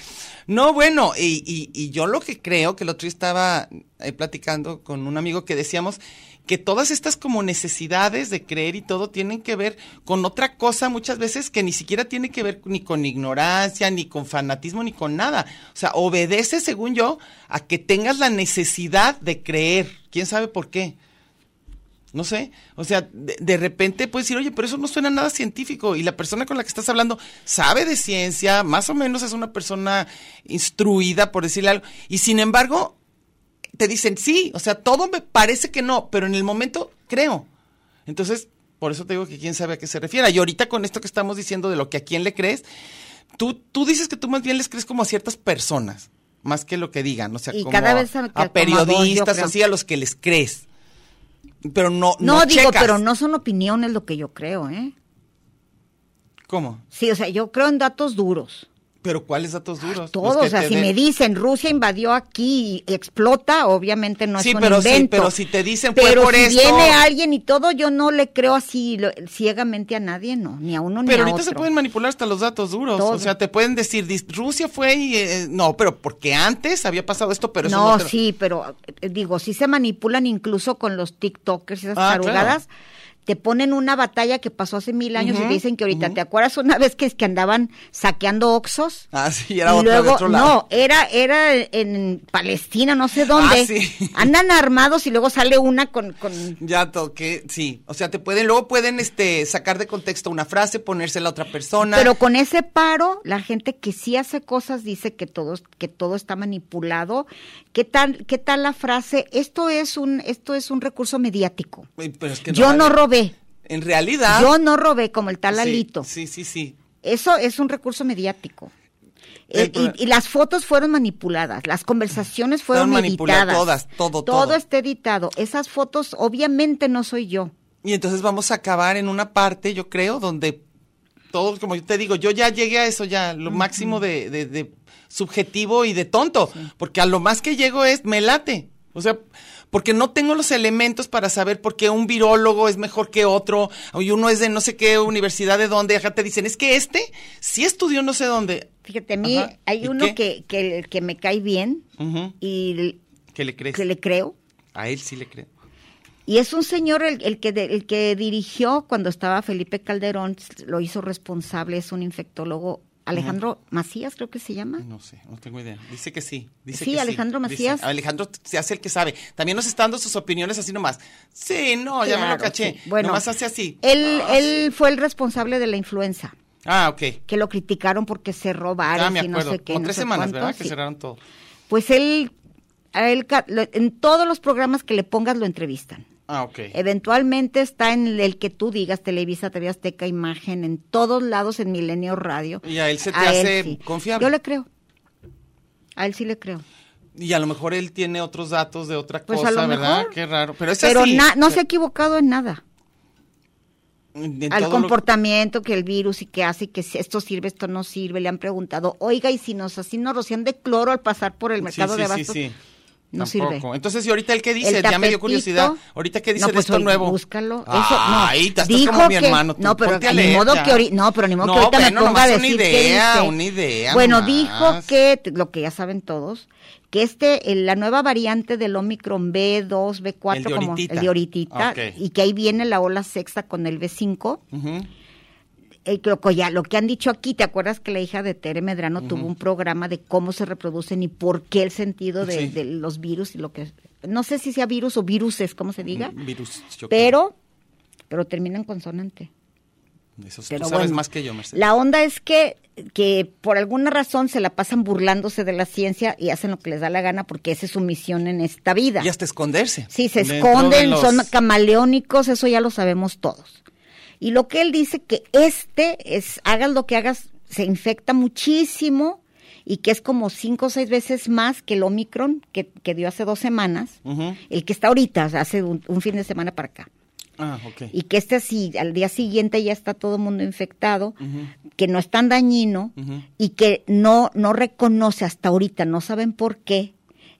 Speaker 3: No, bueno, y, y- y yo lo que creo, que el otro día estaba eh, platicando con un amigo que decíamos que todas estas como necesidades de creer y todo tienen que ver con otra cosa muchas veces que ni siquiera tiene que ver ni con ignorancia, ni con fanatismo, ni con nada. O sea, obedece, según yo, a que tengas la necesidad de creer. ¿Quién sabe por qué? No sé, o sea, de, de repente puedes decir, oye, pero eso no suena a nada científico y la persona con la que estás hablando sabe de ciencia, más o menos es una persona instruida, por decirle algo, y sin embargo te dicen, sí, o sea, todo me parece que no, pero en el momento creo. Entonces, por eso te digo que quién sabe a qué se refiere. Y ahorita con esto que estamos diciendo de lo que a quién le crees, tú, tú dices que tú más bien les crees como a ciertas personas, más que lo que digan, o sea,
Speaker 4: Y
Speaker 3: como
Speaker 4: cada
Speaker 3: a,
Speaker 4: vez a- como
Speaker 3: a
Speaker 4: a dos, yo
Speaker 3: periodistas,
Speaker 4: creo.
Speaker 3: así a los que les crees. Pero no,
Speaker 4: No,
Speaker 3: no,
Speaker 4: digo,
Speaker 3: checas.
Speaker 4: pero no son opiniones lo que yo creo, ¿eh?
Speaker 3: ¿Cómo?
Speaker 4: Sí, o sea, yo creo en datos duros.
Speaker 3: ¿Pero cuáles datos duros?
Speaker 4: Todos,
Speaker 3: Los que
Speaker 4: o sea,
Speaker 3: te
Speaker 4: si
Speaker 3: den.
Speaker 4: me dicen Rusia invadió aquí y explota, obviamente no
Speaker 3: Sí,
Speaker 4: es un
Speaker 3: pero sí,
Speaker 4: invento.
Speaker 3: pero si te dicen, fue
Speaker 4: Pero
Speaker 3: por
Speaker 4: si
Speaker 3: esto.
Speaker 4: viene alguien y todo, yo no le creo así lo- ciegamente a nadie, no, ni a uno
Speaker 3: Pero
Speaker 4: ni a otro.
Speaker 3: ahorita se pueden manipular hasta los datos duros.
Speaker 4: Todo.
Speaker 3: O sea, te pueden decir, dis- Rusia fue y... eh, no, pero porque antes había pasado esto, pero eso no...
Speaker 4: no,
Speaker 3: te lo-
Speaker 4: sí, pero eh, digo, sí se manipulan incluso con los TikTokers y esas
Speaker 3: Ah,
Speaker 4: tarugadas. Te ponen una batalla que pasó hace mil años y te dicen que ahorita, ¿te acuerdas una vez que, es que andaban saqueando oxos?
Speaker 3: Ah, sí, era
Speaker 4: y
Speaker 3: otra
Speaker 4: luego,
Speaker 3: de otro lado.
Speaker 4: No, era, era en Palestina, no sé dónde.
Speaker 3: Ah, sí.
Speaker 4: Andan armados y luego sale una con... con-
Speaker 3: Ya toqué, sí. O sea, te pueden, luego pueden este, sacar de contexto una frase, ponérsela a otra persona.
Speaker 4: Pero con ese paro, la gente que sí hace cosas dice que todo, que todo está manipulado. ¿Qué tal, qué tal la frase? Esto es un, esto es un recurso mediático.
Speaker 3: Uy, pero es que
Speaker 4: Yo no
Speaker 3: vale.
Speaker 4: robé.
Speaker 3: En realidad...
Speaker 4: Yo no robé como el tal
Speaker 3: Sí,
Speaker 4: Alito.
Speaker 3: Sí, sí, sí.
Speaker 4: Eso es un recurso mediático.
Speaker 3: El
Speaker 4: Eh,
Speaker 3: pro-
Speaker 4: y, y las fotos fueron manipuladas, las conversaciones fueron
Speaker 3: Fueron manipuladas,
Speaker 4: editadas.
Speaker 3: todas, todo, todo.
Speaker 4: está editado. Esas fotos, obviamente, no soy yo.
Speaker 3: Y entonces vamos a acabar en una parte, yo creo, donde todos, como yo te digo, yo ya llegué a eso, ya, lo máximo de, de- de subjetivo y de tonto, porque a lo más que llego es me late. O sea, porque no tengo los elementos para saber por qué un virólogo es mejor que otro, y uno es de no sé qué universidad de dónde, acá te dicen, es que este sí estudió no sé dónde.
Speaker 4: Fíjate, a mí
Speaker 3: Ajá.
Speaker 4: hay
Speaker 3: ¿Y
Speaker 4: uno
Speaker 3: qué?
Speaker 4: que, que, que me cae bien
Speaker 3: Ujú.
Speaker 4: y l-
Speaker 3: ¿Qué le crees?
Speaker 4: que le creo.
Speaker 3: A él sí le creo.
Speaker 4: Y es un señor el, el que, de- el que dirigió cuando estaba Felipe Calderón, lo hizo responsable, es un infectólogo, Alejandro Macías creo que se llama.
Speaker 3: No sé, no tengo idea. Dice que sí. Dice
Speaker 4: Sí,
Speaker 3: que
Speaker 4: Alejandro
Speaker 3: Dice-
Speaker 4: Macías.
Speaker 3: Alejandro se hace el que sabe. También nos está dando sus opiniones así nomás. Sí, no, ya me lo
Speaker 4: Claro,
Speaker 3: caché.
Speaker 4: sí. Bueno, eh,
Speaker 3: nomás hace así.
Speaker 4: Él,
Speaker 3: Ah,
Speaker 4: él fue el responsable de la influenza,
Speaker 3: Ah, ok.
Speaker 4: que lo criticaron porque cerró
Speaker 3: Ya
Speaker 4: bares
Speaker 3: Ah, me
Speaker 4: y no
Speaker 3: acuerdo.
Speaker 4: sé qué.
Speaker 3: Como
Speaker 4: no
Speaker 3: tres
Speaker 4: sé
Speaker 3: semanas,
Speaker 4: cuánto,
Speaker 3: ¿verdad? Que
Speaker 4: sí.
Speaker 3: cerraron todo.
Speaker 4: Pues él, a él ca- lo- en todos los programas que le pongas lo entrevistan.
Speaker 3: Ah, ok.
Speaker 4: Eh, Eventualmente está en el que tú digas, Televisa, TV Azteca, Imagen, en todos lados, en Milenio Radio.
Speaker 3: Y a él se te
Speaker 4: él
Speaker 3: hace confiable.
Speaker 4: Yo le creo. A él sí le creo.
Speaker 3: Y a lo mejor él tiene otros datos de otra
Speaker 4: Pues a
Speaker 3: cosa,
Speaker 4: lo
Speaker 3: ¿verdad?
Speaker 4: mejor.
Speaker 3: Qué raro. Pero es
Speaker 4: Pero
Speaker 3: así.
Speaker 4: na- no se ha equivocado en nada.
Speaker 3: En
Speaker 4: al
Speaker 3: todo lo-
Speaker 4: comportamiento que el virus y que hace y que si esto sirve, esto no sirve. Le han preguntado, oiga, y si nos así nos rocian de cloro al pasar por el
Speaker 3: Sí,
Speaker 4: mercado
Speaker 3: sí,
Speaker 4: de
Speaker 3: sí,
Speaker 4: abastos.
Speaker 3: sí.
Speaker 4: no
Speaker 3: Tampoco.
Speaker 4: sirve.
Speaker 3: Entonces, ¿y ahorita el que dice?
Speaker 4: El
Speaker 3: ya me
Speaker 4: tapetito.
Speaker 3: dio curiosidad. ¿Ahorita qué dice
Speaker 4: No,
Speaker 3: de
Speaker 4: pues,
Speaker 3: esto
Speaker 4: oye,
Speaker 3: nuevo?
Speaker 4: Búscalo. Eso, no.
Speaker 3: Ay, te estás
Speaker 4: Dijo
Speaker 3: como mi
Speaker 4: que-
Speaker 3: hermano. tú,
Speaker 4: No, pero
Speaker 3: ponte
Speaker 4: ni modo
Speaker 3: alerta.
Speaker 4: que ahorita, no, pero ni modo
Speaker 3: No,
Speaker 4: que ahorita
Speaker 3: bueno,
Speaker 4: me ponga a
Speaker 3: nomás
Speaker 4: decir
Speaker 3: una
Speaker 4: qué
Speaker 3: idea,
Speaker 4: dice.
Speaker 3: una idea
Speaker 4: Bueno,
Speaker 3: nomás.
Speaker 4: dijo que, t- lo que ya saben todos, que este, el- la nueva variante del Omicron B2, B4,
Speaker 3: El de
Speaker 4: como
Speaker 3: ahorita.
Speaker 4: el de ahorita,
Speaker 3: Ok.
Speaker 4: y que ahí viene la ola sexta con el B5,
Speaker 3: Ujú.
Speaker 4: eh, lo, que ya, lo que han dicho aquí, ¿te acuerdas que la hija de Tere Medrano tuvo un programa de cómo se reproducen y por qué el sentido de,
Speaker 3: Sí.
Speaker 4: de los virus y lo que... No sé si sea virus o viruses, ¿cómo se diga?
Speaker 3: Virus, Mm, yo
Speaker 4: pero, pero terminan consonante.
Speaker 3: creo. Eso
Speaker 4: Pero
Speaker 3: tú sabes
Speaker 4: bueno,
Speaker 3: más que yo, Mercedes.
Speaker 4: La onda es que, que por alguna razón se la pasan burlándose de la ciencia y hacen lo que les da la gana porque esa es su misión en esta vida.
Speaker 3: Y hasta esconderse.
Speaker 4: Sí, se
Speaker 3: Dentro de
Speaker 4: esconden,
Speaker 3: los-
Speaker 4: son camaleónicos, eso ya lo sabemos todos. Y lo que él dice que este es, hagas lo que hagas, se infecta muchísimo y que es como cinco o seis veces más que el Omicron que, que dio hace dos semanas,
Speaker 3: Ujú.
Speaker 4: el que está ahorita, o sea, hace un, un fin de semana para acá.
Speaker 3: Ah, ok.
Speaker 4: Y que este así, al día siguiente ya está todo el mundo infectado, que no es tan dañino
Speaker 3: Ujú.
Speaker 4: y que no, no reconoce hasta ahorita, no saben por qué,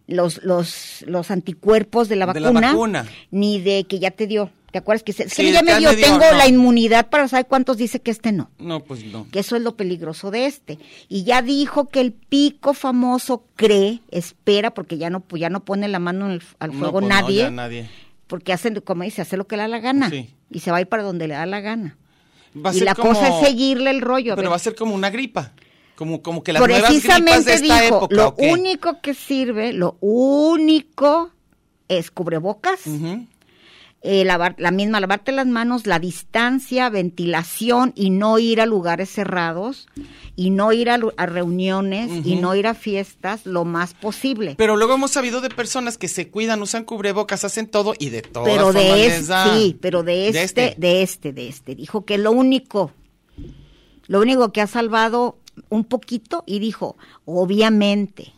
Speaker 4: los, los, los anticuerpos de la
Speaker 3: De
Speaker 4: vacuna,
Speaker 3: la vacuna.
Speaker 4: ni de que ya te dio. ¿Te acuerdas que, se, es que
Speaker 3: Sí,
Speaker 4: ya
Speaker 3: de
Speaker 4: me
Speaker 3: que
Speaker 4: dio,
Speaker 3: ya me dio,
Speaker 4: tengo
Speaker 3: no.
Speaker 4: la inmunidad para saber cuántos dice que este no?
Speaker 3: No, pues no.
Speaker 4: Que eso es lo peligroso de este. Y ya dijo que el pico famoso cree, espera, porque ya no, ya no pone la mano en el- al
Speaker 3: No,
Speaker 4: fuego
Speaker 3: pues no,
Speaker 4: nadie,
Speaker 3: ya nadie.
Speaker 4: porque hace, como dice, hace lo que le da la gana.
Speaker 3: Sí.
Speaker 4: Y se va a ir para donde le da la gana.
Speaker 3: Va a
Speaker 4: y
Speaker 3: ser
Speaker 4: la
Speaker 3: como-
Speaker 4: cosa es seguirle el rollo. a
Speaker 3: Pero
Speaker 4: ver.
Speaker 3: va a ser como una gripa. Como, como que las nuevas gripas de
Speaker 4: Precisamente
Speaker 3: esta
Speaker 4: dijo,
Speaker 3: época.
Speaker 4: lo
Speaker 3: ¿o qué?
Speaker 4: único que sirve, lo único es cubrebocas,
Speaker 3: Ujú.
Speaker 4: eh, lavar, la misma lavarte las manos, la distancia, ventilación y no ir a lugares cerrados y no ir a, lu- a reuniones y no ir a fiestas lo más posible.
Speaker 3: Pero luego hemos sabido de personas que se cuidan, usan cubrebocas, hacen todo y de todo.
Speaker 4: pero de este, sí, pero de este, de este, de este, Dijo que lo único, lo único que ha salvado un poquito y dijo, obviamente,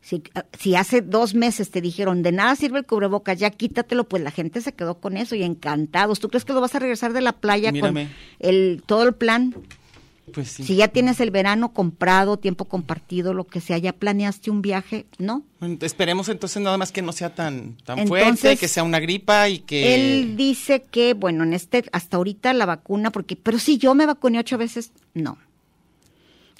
Speaker 4: si, si hace dos meses te dijeron, de nada sirve el cubrebocas, ya quítatelo, pues la gente se quedó con eso y encantados. ¿Tú crees que lo vas a regresar de la playa
Speaker 3: Mírame.
Speaker 4: con el, todo el plan?
Speaker 3: Pues sí.
Speaker 4: Si ya tienes el verano comprado, tiempo compartido, lo que sea, ya planeaste un viaje, ¿no.
Speaker 3: Bueno, Esperemos entonces nada más que no sea tan, tan
Speaker 4: Entonces,
Speaker 3: fuerte, que sea una gripa y que...
Speaker 4: Él dice que, bueno, en este, hasta ahorita la vacuna, porque, pero si yo me vacuné ocho veces, no.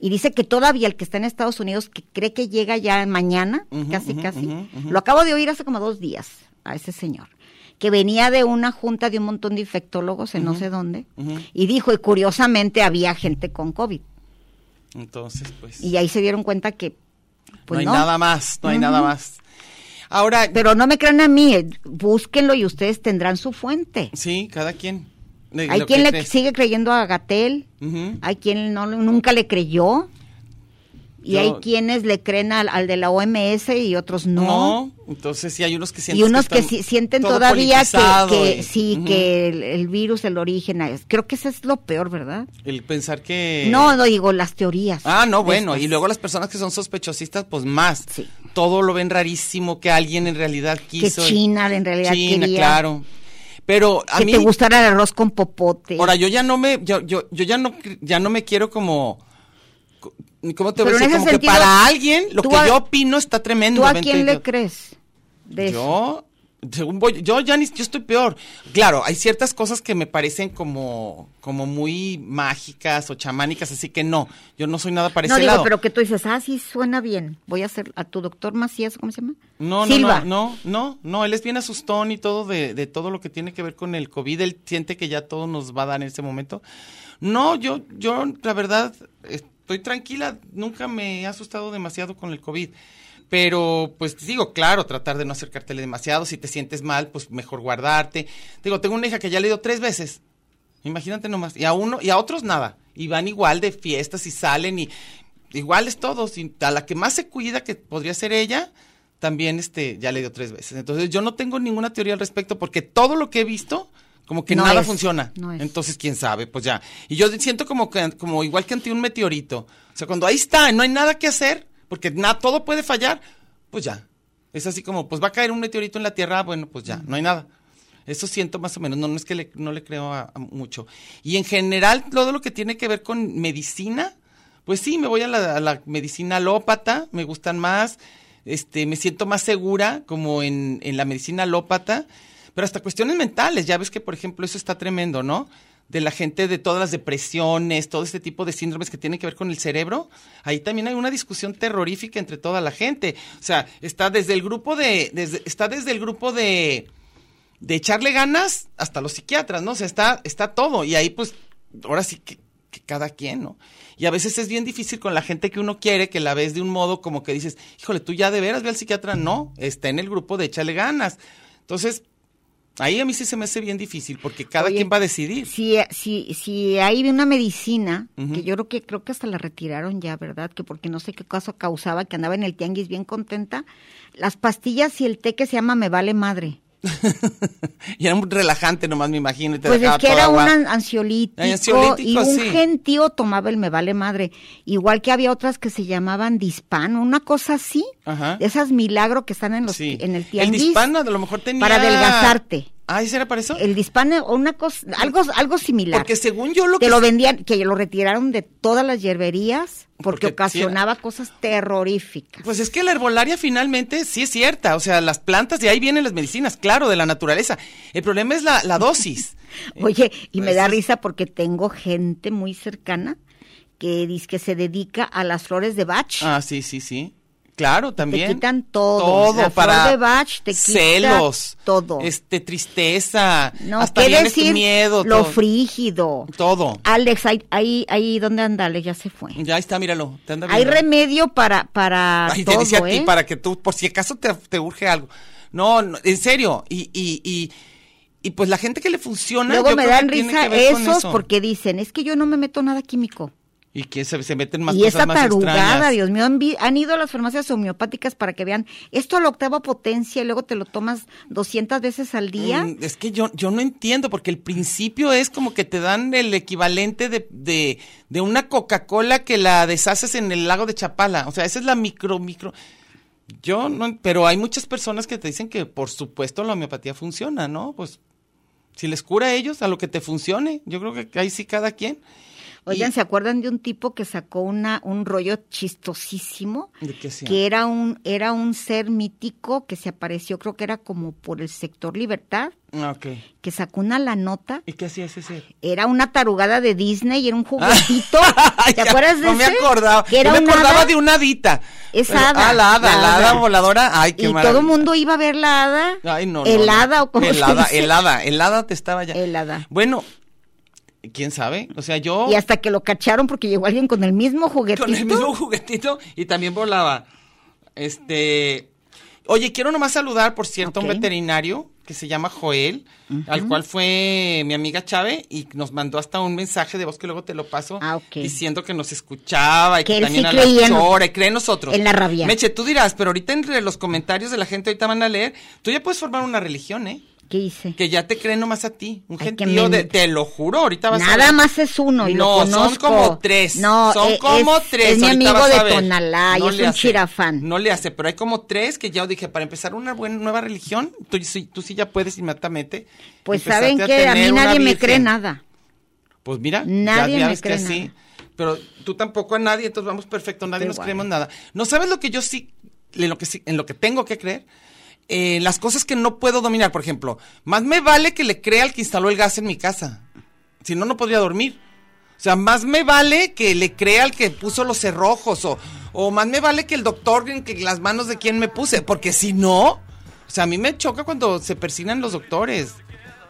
Speaker 4: Y dice que todavía el que está en Estados Unidos, que cree que llega ya mañana,
Speaker 3: Ujú,
Speaker 4: casi,
Speaker 3: ujú,
Speaker 4: casi,
Speaker 3: ujú, ujú.
Speaker 4: lo acabo de oír hace como dos días a ese señor, que venía de una junta de un montón de infectólogos en no sé dónde,
Speaker 3: Ujú.
Speaker 4: y dijo, y curiosamente había gente con COVID.
Speaker 3: Entonces, pues...
Speaker 4: Y ahí se dieron cuenta que,
Speaker 3: no
Speaker 4: pues
Speaker 3: hay
Speaker 4: no.
Speaker 3: nada más, no hay nada más. Ahora,
Speaker 4: Pero no me crean a mí, eh, búsquenlo y ustedes tendrán su fuente.
Speaker 3: sí, cada quien. de
Speaker 4: Hay
Speaker 3: lo
Speaker 4: quien
Speaker 3: que
Speaker 4: le Ah,
Speaker 3: crees.
Speaker 4: sigue creyendo a Gatel,
Speaker 3: Ujú.
Speaker 4: hay quien no, nunca le creyó, y
Speaker 3: Yo-
Speaker 4: hay quienes le creen al, al de la OMS y otros no.
Speaker 3: No, entonces sí hay unos que sienten
Speaker 4: y unos que,
Speaker 3: están
Speaker 4: sí- sienten
Speaker 3: todo
Speaker 4: todavía que,
Speaker 3: politizado
Speaker 4: que
Speaker 3: y-
Speaker 4: sí,
Speaker 3: Ujú.
Speaker 4: que el, el virus, el origen, es- creo que eso es lo peor, ¿verdad?
Speaker 3: El pensar que...
Speaker 4: no, no digo las teorías.
Speaker 3: Ah, no, bueno,
Speaker 4: Estas.
Speaker 3: y luego las personas que son sospechosistas, pues más.
Speaker 4: Sí.
Speaker 3: Todo lo ven rarísimo, que alguien en realidad quiso. y-
Speaker 4: China en realidad
Speaker 3: China,
Speaker 4: quería.
Speaker 3: claro. Pero a
Speaker 4: que
Speaker 3: mí...
Speaker 4: te gustara el arroz con popote.
Speaker 3: Ahora, yo ya no me, yo, yo, yo ya no, cre- ya no me quiero como, co- ¿cómo te voy
Speaker 4: Pero en
Speaker 3: a
Speaker 4: ese
Speaker 3: decir? Como que
Speaker 4: sentido,
Speaker 3: para alguien, lo
Speaker 4: tú
Speaker 3: que
Speaker 4: a-
Speaker 3: yo opino está tremendo.
Speaker 4: ¿Tú a
Speaker 3: vente,
Speaker 4: quién le
Speaker 3: yo-
Speaker 4: crees? de eso?
Speaker 3: Yo, según voy, yo ya ni, yo estoy peor. Claro, hay ciertas cosas que me parecen como, como muy mágicas o chamánicas, así que no, yo no soy nada para
Speaker 4: No
Speaker 3: ese
Speaker 4: digo,
Speaker 3: lado.
Speaker 4: pero que tú dices, ah, sí, suena bien. Voy a hacer a tu doctor Macías, ¿cómo se llama?
Speaker 3: No, no,
Speaker 4: Silva.
Speaker 3: no, no, no, no, él es bien asustón y todo de, de todo lo que tiene que ver con el COVID, él siente que ya todo nos va a dar en ese momento. No, yo, yo, la verdad, estoy tranquila, nunca me he asustado demasiado con el COVID. Pero, pues digo, claro, tratar de no acercártele demasiado. Si te sientes mal, pues mejor guardarte. Digo, tengo una hija que ya le dio tres veces. Imagínate nomás. Y a uno, y a otros nada. Y van igual de fiestas y salen y iguales todos. Y a la que más se cuida, que podría ser ella, también este, ya le dio tres veces. Entonces yo no tengo ninguna teoría al respecto porque todo lo que he visto, como que
Speaker 4: No
Speaker 3: nada
Speaker 4: es,
Speaker 3: funciona.
Speaker 4: no es.
Speaker 3: Entonces, quién sabe, pues ya. Y yo siento como que, como igual que ante un meteorito. O sea, cuando ahí está, no hay nada que hacer, porque nada, todo puede fallar, pues ya. Es así como, pues va a caer un meteorito en la Tierra, bueno, pues ya, no hay nada. Eso siento más o menos, no, no es que le- no le creo a, a mucho. Y en general, todo lo que tiene que ver con medicina, pues sí, me voy a la, a la medicina alópata, me gustan más. este, me siento más segura como en, en la medicina alópata, pero hasta cuestiones mentales, ya ves que por ejemplo eso está tremendo, ¿no? De la gente, de todas las depresiones, todo este tipo de síndromes que tienen que ver con el cerebro, ahí también hay una discusión terrorífica entre toda la gente. O sea, está desde el grupo de, desde, está desde el grupo de, de echarle ganas hasta los psiquiatras, ¿no? O sea, está, está todo. Y ahí, pues, ahora sí que, que cada quien, ¿no? Y a veces es bien difícil con la gente que uno quiere, que la ves de un modo como que dices, híjole, tú ya de veras ve al psiquiatra. No, está en el grupo de echarle ganas. Entonces, ahí a mí sí se me hace bien difícil, porque cada
Speaker 4: Oye,
Speaker 3: quien va a decidir.
Speaker 4: Si, si, si hay una medicina,
Speaker 3: Ujú.
Speaker 4: que yo creo que, creo que hasta la retiraron ya, ¿verdad? Que porque no sé qué caso causaba, que andaba en el tianguis bien contenta, las pastillas y el té que se llama Me Vale Madre.
Speaker 3: y era un relajante nomás, me imagino. Y te
Speaker 4: Pues es
Speaker 3: dejaba
Speaker 4: que
Speaker 3: toda
Speaker 4: era un
Speaker 3: agua.
Speaker 4: an- ansiolítico,
Speaker 3: Ansiolítico,
Speaker 4: y un
Speaker 3: sí.
Speaker 4: gentío tomaba el me vale madre, igual que había otras que se llamaban dispan, una cosa así,
Speaker 3: Ajá.
Speaker 4: de esas milagro que están en los
Speaker 3: Sí.
Speaker 4: en el
Speaker 3: El
Speaker 4: tianguis.
Speaker 3: dispano a lo mejor tenía...
Speaker 4: para adelgazarte.
Speaker 3: Ah, ¿ese era para eso?
Speaker 4: El dispan o una cosa algo algo similar.
Speaker 3: Porque según yo lo
Speaker 4: te
Speaker 3: que...
Speaker 4: lo vendían, que lo retiraron de todas las hierberías porque,
Speaker 3: Porque sí
Speaker 4: ocasionaba cosas terroríficas.
Speaker 3: Pues es que la herbolaria finalmente sí es cierta, o sea, las plantas de ahí vienen las medicinas, claro, de la naturaleza. El problema es la, la dosis.
Speaker 4: Oye, y me
Speaker 3: Pues
Speaker 4: da
Speaker 3: es-
Speaker 4: risa porque tengo gente muy cercana que dice que se dedica a las flores de bach.
Speaker 3: Ah, sí, sí, sí. Claro, también.
Speaker 4: quitan todo,
Speaker 3: Todo
Speaker 4: la flor
Speaker 3: para
Speaker 4: de Bach te quita
Speaker 3: celos,
Speaker 4: todo.
Speaker 3: Este tristeza,
Speaker 4: no,
Speaker 3: hasta
Speaker 4: qué
Speaker 3: bien este
Speaker 4: decir
Speaker 3: miedo,
Speaker 4: lo
Speaker 3: todo.
Speaker 4: frígido.
Speaker 3: todo.
Speaker 4: Alex, ahí, ahí, ahí, ¿dónde anda Alex? Ya se fue.
Speaker 3: Ya está, míralo. Te anda
Speaker 4: Hay
Speaker 3: viendo.
Speaker 4: remedio para, para
Speaker 3: Ay,
Speaker 4: todo,
Speaker 3: te dice a
Speaker 4: ¿eh?
Speaker 3: ti para que tú, por si acaso te, te urge algo. No, no, en serio. Y, y, y, y pues la gente que le funciona.
Speaker 4: Luego
Speaker 3: yo
Speaker 4: me
Speaker 3: creo que
Speaker 4: dan
Speaker 3: tiene
Speaker 4: risa
Speaker 3: que ver con
Speaker 4: esos
Speaker 3: eso.
Speaker 4: porque dicen, es que yo no me meto nada químico.
Speaker 3: Y que se, se meten más
Speaker 4: y
Speaker 3: cosas
Speaker 4: esa
Speaker 3: más
Speaker 4: tarugada,
Speaker 3: extrañas.
Speaker 4: Dios mío, han, vi- han ido a las farmacias homeopáticas para que vean esto a la octava potencia y luego te lo tomas 200 veces al día.
Speaker 3: Mm, Es que yo, yo no entiendo, porque el principio es como que te dan el equivalente de, de, de una Coca-Cola que la deshaces en el lago de Chapala. O sea, esa es la micro, micro. Yo no, pero hay muchas personas que te dicen que por supuesto la homeopatía funciona, ¿no? Pues si les cura a ellos, a lo que te funcione. Yo creo que ahí sí cada quien.
Speaker 4: Oigan,
Speaker 3: Y-
Speaker 4: ¿se acuerdan de un tipo que sacó una, un rollo chistosísimo?
Speaker 3: ¿De qué sea?
Speaker 4: que era un era un ser mítico que se apareció creo que era como por el sector libertad
Speaker 3: Ah, ok.
Speaker 4: que sacó una la nota
Speaker 3: ¿Y qué hacía ese ser?
Speaker 4: era una tarugada de Disney era un juguetito ¿te
Speaker 3: Ah. Ya,
Speaker 4: acuerdas de
Speaker 3: No me
Speaker 4: ese?
Speaker 3: acordaba.
Speaker 4: que era
Speaker 3: Yo me
Speaker 4: un
Speaker 3: acordaba
Speaker 4: hada,
Speaker 3: de una hadita.
Speaker 4: Es
Speaker 3: Pero-
Speaker 4: hada,
Speaker 3: Ah, la hada, la,
Speaker 4: la
Speaker 3: hada
Speaker 4: hada.
Speaker 3: voladora. Ay, qué
Speaker 4: y todo
Speaker 3: maravilla.
Speaker 4: el mundo iba a ver la hada
Speaker 3: Ay, no, no,
Speaker 4: el
Speaker 3: no.
Speaker 4: hada o como se
Speaker 3: Helada,
Speaker 4: dice.
Speaker 3: helada, helada te estaba ya.
Speaker 4: El hada.
Speaker 3: Bueno, quién sabe. O sea, yo
Speaker 4: y hasta que lo cacharon porque llegó alguien con el mismo juguetito
Speaker 3: con el mismo juguetito y también volaba. Este. Oye, quiero nomás saludar, por cierto, a
Speaker 4: Ok.
Speaker 3: un veterinario que se llama Joel, al cual fue mi amiga Chávez y nos mandó hasta un mensaje de voz que luego te lo paso
Speaker 4: Ah, ok.
Speaker 3: diciendo que nos escuchaba y
Speaker 4: Que
Speaker 3: que,
Speaker 4: él
Speaker 3: también
Speaker 4: sí
Speaker 3: a
Speaker 4: creía
Speaker 3: la
Speaker 4: en-
Speaker 3: chora y cree en nosotros.
Speaker 4: en la rabia.
Speaker 3: Meche, tú dirás, pero ahorita entre los comentarios de la gente ahorita van a leer, tú ya puedes formar una religión, ¿eh?
Speaker 4: qué hice
Speaker 3: Que ya te creen nomás a ti. Un
Speaker 4: Ay, que
Speaker 3: gentío
Speaker 4: me-
Speaker 3: de. Te lo juro, ahorita vas a
Speaker 4: Nada
Speaker 3: ver.
Speaker 4: más es uno, y lo
Speaker 3: No, son
Speaker 4: conozco.
Speaker 3: como tres.
Speaker 4: No,
Speaker 3: son
Speaker 4: e-
Speaker 3: como
Speaker 4: es-
Speaker 3: tres.
Speaker 4: es mi
Speaker 3: ahorita
Speaker 4: amigo
Speaker 3: vas
Speaker 4: de
Speaker 3: a ver.
Speaker 4: Tonalá y es un
Speaker 3: hace,
Speaker 4: chirafán.
Speaker 3: No le hace, pero hay como tres que ya dije, para empezar una buena nueva religión, tú, sí- tú sí ya puedes inmediatamente.
Speaker 4: pues
Speaker 3: empezarte
Speaker 4: saben que a
Speaker 3: tener
Speaker 4: mí
Speaker 3: una
Speaker 4: nadie me
Speaker 3: virgen.
Speaker 4: cree nada
Speaker 3: Pues mira, ya-
Speaker 4: Nadie
Speaker 3: ya,
Speaker 4: me
Speaker 3: ves
Speaker 4: cree
Speaker 3: que
Speaker 4: nada.
Speaker 3: sí. Pero tú tampoco a nadie, entonces vamos perfecto, nadie
Speaker 4: Qué
Speaker 3: nos
Speaker 4: guay.
Speaker 3: creemos nada. ¿No sabes lo que yo sí, en lo que, sí- en lo que tengo que creer? Eh, las cosas que no puedo dominar, por ejemplo, más me vale que le crea al que instaló el gas en mi casa. Si no, no podría dormir. O sea, más me vale que le crea al que puso los cerrojos o, o más me vale que el doctor en que las manos de quien me puse, porque si no, o sea, a mí me choca cuando se persinan los doctores.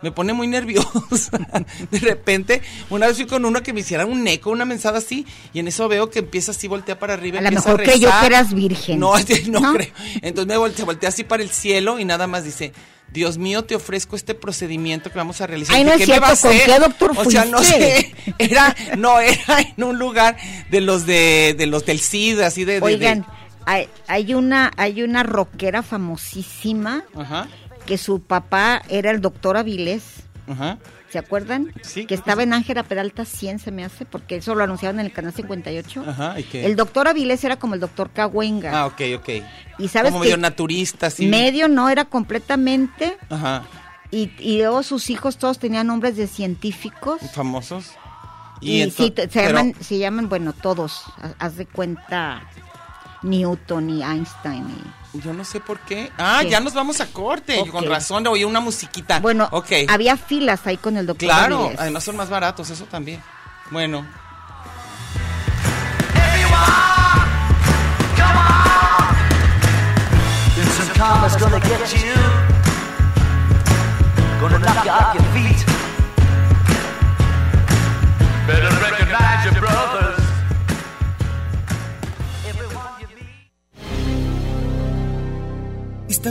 Speaker 3: Me pone muy nerviosa. De repente, una vez fui con uno que me hiciera un eco, una mensada así, y en eso veo que empieza así, voltea para arriba.
Speaker 4: A lo
Speaker 3: empieza
Speaker 4: mejor creyó
Speaker 3: rezar.
Speaker 4: que eras virgen.
Speaker 3: No, así, no,
Speaker 4: ¿No?
Speaker 3: creo. Entonces me volteé, volteé así para el cielo y nada más dice, Dios mío, te ofrezco este procedimiento que vamos a realizar.
Speaker 4: Ay,
Speaker 3: Dije,
Speaker 4: no es
Speaker 3: "¿Qué me va a
Speaker 4: cierto, ¿con
Speaker 3: hacer?".
Speaker 4: qué doctor
Speaker 3: O sea, no sé,
Speaker 4: fuiste?
Speaker 3: era, no, era en un lugar de los de, de los del CID, así de, de- de-
Speaker 4: Oigan, hay, hay una hay una rockera famosísima
Speaker 3: Ajá,
Speaker 4: que su papá era el doctor Avilés.
Speaker 3: ajá.
Speaker 4: ¿Se acuerdan?
Speaker 3: Sí.
Speaker 4: Que estaba en Ángela Peralta 100, se me hace, porque eso lo anunciaron en el canal 58.
Speaker 3: Ajá, ¿y qué?
Speaker 4: El doctor Avilés era como el doctor Cahuenga.
Speaker 3: Ah, ok, ok.
Speaker 4: y sabes
Speaker 3: Como
Speaker 4: que
Speaker 3: medio naturista, así.
Speaker 4: medio no era completamente.
Speaker 3: Ajá,
Speaker 4: Y, y luego sus hijos todos tenían nombres de científicos.
Speaker 3: famosos.
Speaker 4: Y, sí,
Speaker 3: ento-
Speaker 4: t- se,
Speaker 3: pero-
Speaker 4: llaman, se llaman, bueno, todos, ha- haz de cuenta, Newton y Einstein. y-
Speaker 3: Yo no sé por qué. Ah,
Speaker 4: ¿Qué?
Speaker 3: ya nos vamos a corte.
Speaker 4: Ok.
Speaker 3: Con razón, oí una musiquita.
Speaker 4: Bueno,
Speaker 3: Ah, ok.
Speaker 4: había filas ahí con el doctor.
Speaker 3: Claro,
Speaker 4: Avilés.
Speaker 3: además son más baratos, eso también. Bueno,
Speaker 5: There's some karma's gonna get you. Gonna knock you off your feet. Better recognize your brothers. Everyone you meet.
Speaker 6: Está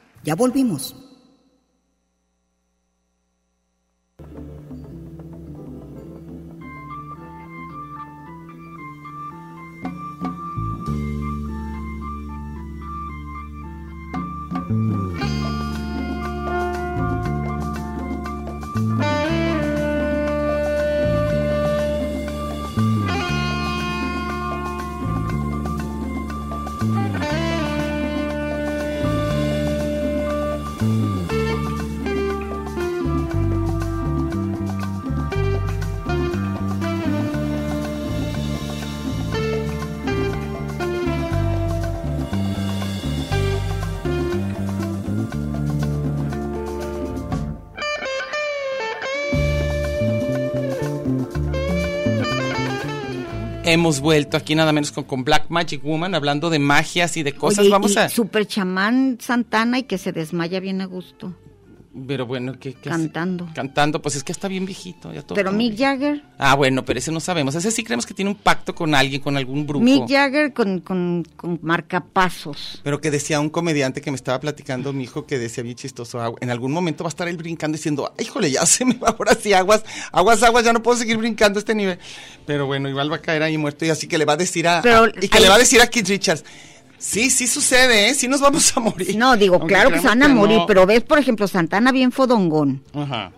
Speaker 1: Ya volvimos.
Speaker 3: hemos vuelto aquí nada menos con, con Black Magic Woman, hablando de magias y de cosas.
Speaker 4: Oye,
Speaker 3: Vamos
Speaker 4: y
Speaker 3: a.
Speaker 4: Super chamán Santana y que se desmaya bien a gusto.
Speaker 3: Pero bueno, ¿qué, qué hace?
Speaker 4: Cantando.
Speaker 3: Cantando, pues es que está bien viejito. Ya todo
Speaker 4: Pero
Speaker 3: como
Speaker 4: Mick
Speaker 3: que-
Speaker 4: Jagger,
Speaker 3: Ah, bueno, pero ese no sabemos. Ese sí creemos que tiene un pacto con alguien, con algún brujo.
Speaker 4: Mick Jagger con, con, con marcapasos.
Speaker 3: Pero que decía un comediante que me estaba platicando, mi hijo, que decía bien chistoso, "Ah, en algún momento va a estar él brincando diciendo, "Ay, híjole, ya se me va ahora sí, aguas, aguas, aguas, ya no puedo seguir brincando a este nivel. Pero bueno, igual va a caer ahí muerto y así que le va a decir a...
Speaker 4: Pero
Speaker 3: y que
Speaker 4: ahí-
Speaker 3: le va a decir a Keith Richards, sí, sí sucede, ¿eh? sí nos vamos a morir.
Speaker 4: No, digo,
Speaker 3: Aunque
Speaker 4: claro que se
Speaker 3: creamos
Speaker 4: van a morir,
Speaker 3: no.
Speaker 4: pero ves, por ejemplo, Santana bien fodongón.
Speaker 3: Ajá.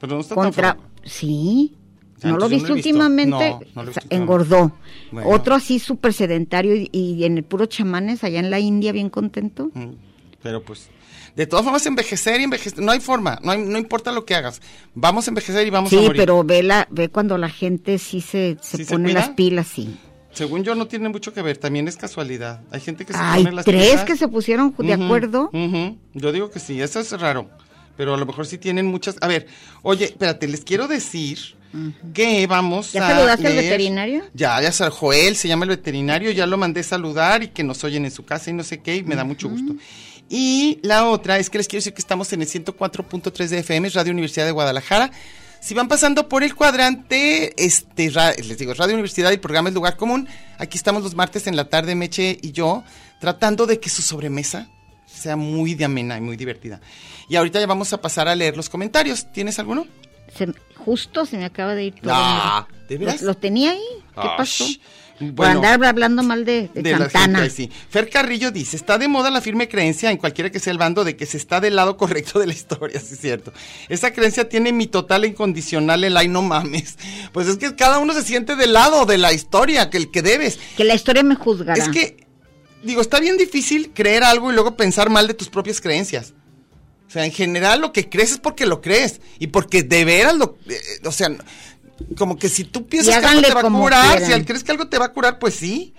Speaker 3: Pero no está tan
Speaker 4: Contra.
Speaker 3: feo.
Speaker 4: Sí. ¿No
Speaker 3: Ah,
Speaker 4: lo
Speaker 3: entonces no lo he
Speaker 4: viste
Speaker 3: visto.
Speaker 4: últimamente?
Speaker 3: No, no lo he
Speaker 4: O sea,
Speaker 3: visto últimamente.
Speaker 4: Engordó.
Speaker 3: Bueno.
Speaker 4: Otro así súper sedentario y, y en el puro chamanes allá en la India, bien contento.
Speaker 3: Mm, Pero pues... De todas formas, envejecer y envejecer. No hay forma, no, hay- no importa lo que hagas. Vamos a envejecer y vamos a
Speaker 4: Sí,
Speaker 3: morir.
Speaker 4: pero ve, la, ve cuando la gente sí se, se
Speaker 3: ¿Sí se
Speaker 4: pone
Speaker 3: cuida?
Speaker 4: las pilas, sí.
Speaker 3: Según yo, no tiene mucho que ver. También es casualidad. Hay gente que se
Speaker 4: Ay,
Speaker 3: pone las
Speaker 4: tres
Speaker 3: pilas.
Speaker 4: que se pusieron de
Speaker 3: Ujú,
Speaker 4: acuerdo.
Speaker 3: ujú. Yo digo que sí, eso es raro. Pero a lo mejor sí tienen muchas. A ver, oye, espérate, les quiero decir que vamos
Speaker 4: ¿Ya
Speaker 3: a.
Speaker 4: saludaste al
Speaker 3: leer-
Speaker 4: veterinario?
Speaker 3: Ya, ya sal- Joel se llama el veterinario, ya lo mandé saludar y que nos oyen en su casa y no sé qué, y me da mucho gusto. Y la otra es que les quiero decir que estamos en el 104.3 de FM, es Radio Universidad de Guadalajara. Si van pasando por el cuadrante, este, ra- les digo, Radio Universidad y programa El Lugar Común, aquí estamos los martes en la tarde, Meche y yo, tratando de que su sobremesa sea muy de amena y muy divertida. Y ahorita ya vamos a pasar a leer los comentarios. ¿Tienes alguno?
Speaker 4: Se- justo se me acaba de ir todo.
Speaker 3: Ah,
Speaker 4: mira.
Speaker 3: ¿de veras?
Speaker 4: Lo, lo tenía ahí. ¿Qué
Speaker 3: Ah,
Speaker 4: pasó?
Speaker 3: sh-
Speaker 4: Por
Speaker 3: bueno.
Speaker 4: andar hablando mal de, de
Speaker 3: la
Speaker 4: Santana.
Speaker 3: gente ahí, sí. Fer Carrillo dice, está de moda la firme creencia en cualquiera que sea el bando de que se está del lado correcto de la historia, sí es cierto. Esa creencia tiene mi total e incondicional el ay no mames. Pues es que cada uno se siente del lado de la historia, que el que debes.
Speaker 4: Que la historia me juzgará.
Speaker 3: Es que, digo, está bien difícil creer algo y luego pensar mal de tus propias creencias. O sea, en general lo que crees es porque lo crees y porque de veras lo... eh, eh, o sea, como que si tú piensas que algo
Speaker 4: háganle
Speaker 3: te va a
Speaker 4: como
Speaker 3: curar,
Speaker 4: quieran.
Speaker 3: si al- crees que algo te va a curar, pues sí.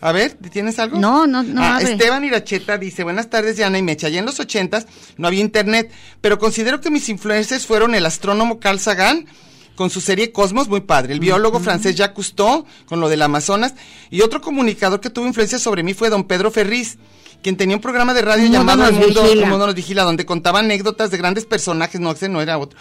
Speaker 3: A ver, ¿tienes algo?
Speaker 4: No, no, no,
Speaker 3: Ah,
Speaker 4: abre.
Speaker 3: Esteban Iracheta dice, buenas tardes, Diana y Mecha. Ya en los ochentas no había internet, pero considero que mis influencers fueron el astrónomo Carl Sagan, con su serie Cosmos, muy padre. El biólogo francés Jacques Cousteau, con lo del Amazonas. Y otro comunicador que tuvo influencia sobre mí fue don Pedro Ferriz, quien tenía un programa de radio
Speaker 4: El mundo
Speaker 3: llamado El
Speaker 4: nos
Speaker 3: Mundo,
Speaker 4: vigila.
Speaker 3: El Mundo nos vigila, donde contaba anécdotas de grandes personajes. No, ese no era otro.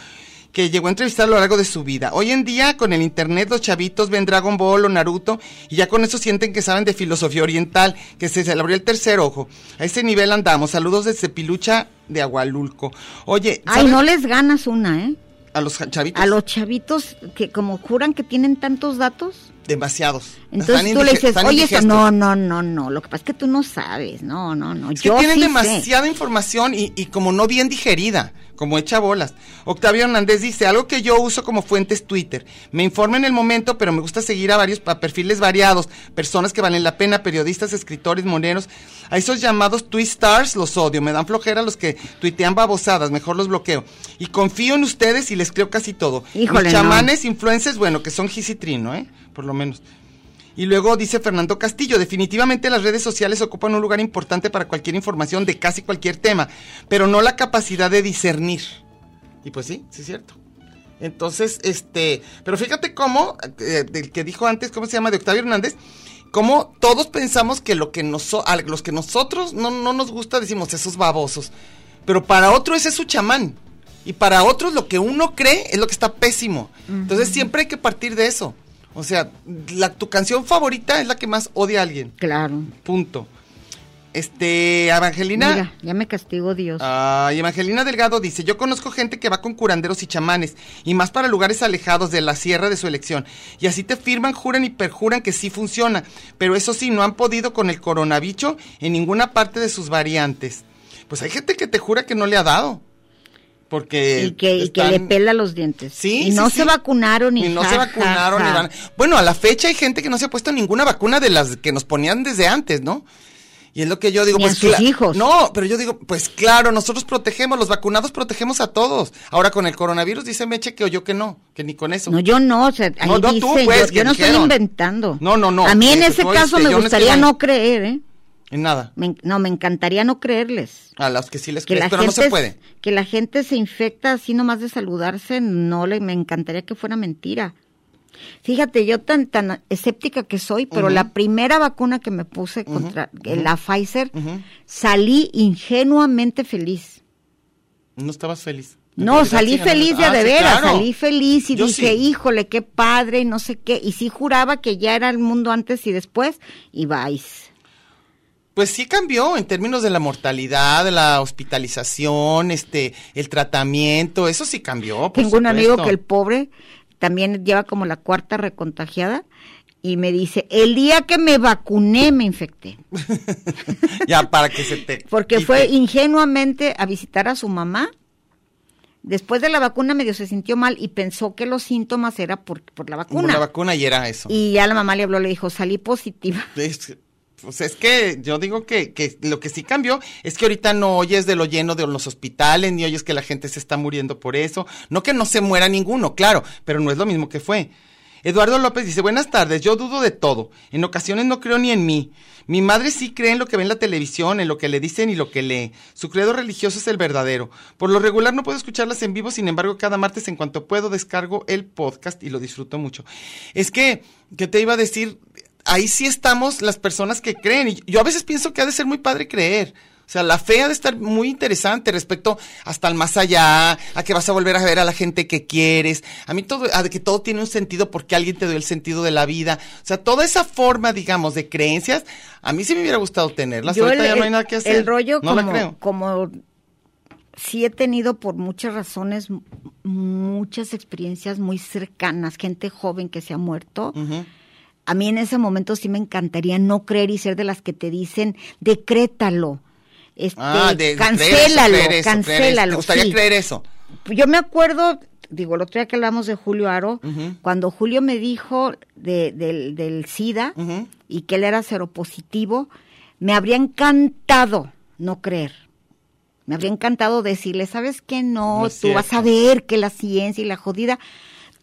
Speaker 3: Que llegó a entrevistar a lo largo de su vida. Hoy en día, con el internet, los chavitos ven Dragon Ball o Naruto y ya con eso sienten que saben de filosofía oriental, que se, se le abrió el tercer ojo. A ese nivel andamos. Saludos desde Pilucha de Agualulco. Oye,
Speaker 4: Ay,
Speaker 3: ¿sabes?
Speaker 4: no les ganas una, ¿eh?
Speaker 3: a los chavitos.
Speaker 4: A los chavitos que como juran que tienen tantos datos,
Speaker 3: Demasiados.
Speaker 4: entonces
Speaker 3: Están
Speaker 4: tú le
Speaker 3: indige-
Speaker 4: dices,
Speaker 3: están
Speaker 4: oye, esto-
Speaker 3: indigestos.
Speaker 4: no, no, no, no, lo que pasa es que tú no sabes, no, no, no,
Speaker 3: Es que
Speaker 4: yo
Speaker 3: tienen
Speaker 4: sí sé.
Speaker 3: demasiada información y, y como no bien digerida, como hecha bolas. Octavio Hernández dice, algo que yo uso como fuente es Twitter. Me informo en el momento, pero me gusta seguir a varios a perfiles variados, personas que valen la pena, periodistas, escritores, moneros. A esos llamados tweet stars los odio, me dan flojera los que tuitean babosadas, mejor los bloqueo. Y confío en ustedes y les creo casi todo.
Speaker 4: Híjole,
Speaker 3: Los
Speaker 4: no.
Speaker 3: chamanes, influencers, bueno, que son gis y trino, ¿eh? Por lo menos. Y luego dice Fernando Castillo, definitivamente las redes sociales ocupan un lugar importante para cualquier información de casi cualquier tema, pero no la capacidad de discernir. Y pues sí, sí es cierto. Entonces, este, pero fíjate cómo, eh, del que dijo antes, ¿cómo se llama? De Octavio Hernández, cómo todos pensamos que lo que noso- a los que nosotros no, no nos gusta decimos esos babosos, pero para otro ese es su chamán. Y para otros lo que uno cree es lo que está pésimo. Entonces siempre hay que partir de eso. O sea, la, tu canción favorita es la que más odia a alguien.
Speaker 4: Claro,
Speaker 3: Punto. Este, Evangelina.
Speaker 4: mira, ya me castigó Dios.
Speaker 3: Ay, Evangelina Delgado dice, yo conozco gente que va con curanderos y chamanes, y más para lugares alejados de la sierra de su elección. Y así te firman, juran y perjuran que sí funciona. Pero eso sí, no han podido con el coronavicho en ninguna parte de sus variantes. Pues hay gente que te jura que no le ha dado. Porque...
Speaker 4: y que, y que le
Speaker 3: eh, están-
Speaker 4: pela los dientes.
Speaker 3: Sí,
Speaker 4: y
Speaker 3: sí,
Speaker 4: no
Speaker 3: sí.
Speaker 4: se vacunaron y,
Speaker 3: Y no
Speaker 4: ja,
Speaker 3: se
Speaker 4: ja,
Speaker 3: vacunaron.
Speaker 4: ja.
Speaker 3: y van- Bueno, a la fecha hay gente que no se ha puesto ninguna vacuna de las que nos ponían desde antes, ¿no? Y es lo que yo digo,
Speaker 4: Ni
Speaker 3: pues
Speaker 4: a sus
Speaker 3: cla-
Speaker 4: hijos.
Speaker 3: No, pero yo digo, pues claro, nosotros protegemos, los vacunados protegemos a todos. Ahora con el coronavirus dice Meche que oyó que no, que ni con eso.
Speaker 4: No, yo no, o sea, ahí
Speaker 3: No, no,
Speaker 4: dice,
Speaker 3: tú, pues,
Speaker 4: yo- yo,
Speaker 3: que
Speaker 4: no
Speaker 3: dijeron.
Speaker 4: estoy inventando.
Speaker 3: No, no, no,
Speaker 4: A mí en
Speaker 3: que
Speaker 4: ese
Speaker 3: tú
Speaker 4: caso me
Speaker 3: oíste, yo no estoy
Speaker 4: gustaría
Speaker 3: hablando.
Speaker 4: no creer, ¿eh?
Speaker 3: En nada.
Speaker 4: Me en- no, me encantaría no creerles.
Speaker 3: A las que sí les
Speaker 4: Que
Speaker 3: crees,
Speaker 4: la,
Speaker 3: pero
Speaker 4: gente,
Speaker 3: no se puede.
Speaker 4: que la gente se infecta así nomás de saludarse, no le, me encantaría que fuera mentira. Fíjate, yo tan, tan escéptica que soy, pero la primera vacuna que me puse contra eh, la Pfizer, salí ingenuamente feliz.
Speaker 3: No estabas feliz. De
Speaker 4: No,
Speaker 3: verdad,
Speaker 4: salí
Speaker 3: sí, Ana,
Speaker 4: feliz ya
Speaker 3: ah,
Speaker 4: de
Speaker 3: sí,
Speaker 4: veras,
Speaker 3: claro.
Speaker 4: salí feliz y
Speaker 3: Yo
Speaker 4: dije,
Speaker 3: sí.
Speaker 4: híjole, qué padre, y no sé qué. Y sí juraba que ya era el mundo antes y después, y vais.
Speaker 3: Pues sí cambió en términos de la mortalidad, de la hospitalización, este, el tratamiento, eso sí cambió. por
Speaker 4: Tengo un amigo
Speaker 3: supuesto.
Speaker 4: que el pobre también lleva como la cuarta recontagiada y me dice, el día que me vacuné me infecté,
Speaker 3: ya para que se te
Speaker 4: porque
Speaker 3: quite.
Speaker 4: fue ingenuamente a visitar a su mamá. Después de la vacuna medio se sintió mal y pensó que los síntomas era por, por la
Speaker 3: Como
Speaker 4: vacuna.
Speaker 3: la vacuna y era eso.
Speaker 4: y ya la mamá le habló, le dijo, salí positiva.
Speaker 3: Es- pues es que yo digo que, que lo que sí cambió es que ahorita no oyes de lo lleno de los hospitales, ni oyes que la gente se está muriendo por eso. No que no se muera ninguno, claro, pero no es lo mismo que fue. Eduardo López dice, buenas tardes, yo dudo de todo. En ocasiones no creo ni en mí. Mi madre sí cree en lo que ve en la televisión, en lo que le dicen y lo que lee. Su credo religioso es el verdadero. Por lo regular no puedo escucharlas en vivo, sin embargo, cada martes en cuanto puedo descargo el podcast y lo disfruto mucho. Es que, ¿qué te iba a decir? ahí sí estamos las personas que creen. Y yo a veces pienso que ha de ser muy padre creer. O sea, la fe ha de estar muy interesante respecto hasta el más allá, a que vas a volver a ver a la gente que quieres. A mí todo, a de que todo tiene un sentido porque alguien te dio el sentido de la vida. O sea, toda esa forma, digamos, de creencias, a mí sí me hubiera gustado tenerlas.
Speaker 4: Yo
Speaker 3: Ahorita
Speaker 4: el-
Speaker 3: ya no hay
Speaker 4: el-
Speaker 3: nada que hacer.
Speaker 4: El rollo
Speaker 3: no
Speaker 4: como,
Speaker 3: la creo.
Speaker 4: como sí he tenido por muchas razones m- muchas experiencias muy cercanas, gente joven que se ha muerto.
Speaker 3: Ujú.
Speaker 4: A mí en ese momento sí me encantaría no creer y ser de las que te dicen decrétalo. Este,
Speaker 3: Ah, de- de creer eso,
Speaker 4: cancélalo,
Speaker 3: creer eso, creer eso.
Speaker 4: cancélalo.
Speaker 3: ¿Te gustaría
Speaker 4: sí.
Speaker 3: creer eso?
Speaker 4: Yo me acuerdo, digo, el otro día que hablamos de Julio Aro,
Speaker 3: Ujú.
Speaker 4: cuando Julio me dijo de- del, del SIDA,
Speaker 3: Ujú.
Speaker 4: y que él era seropositivo, me habría encantado no creer. Me habría encantado decirle, ¿sabes qué? No,
Speaker 3: No
Speaker 4: tú
Speaker 3: es
Speaker 4: vas a
Speaker 3: cierto.
Speaker 4: ver que la ciencia y la jodida.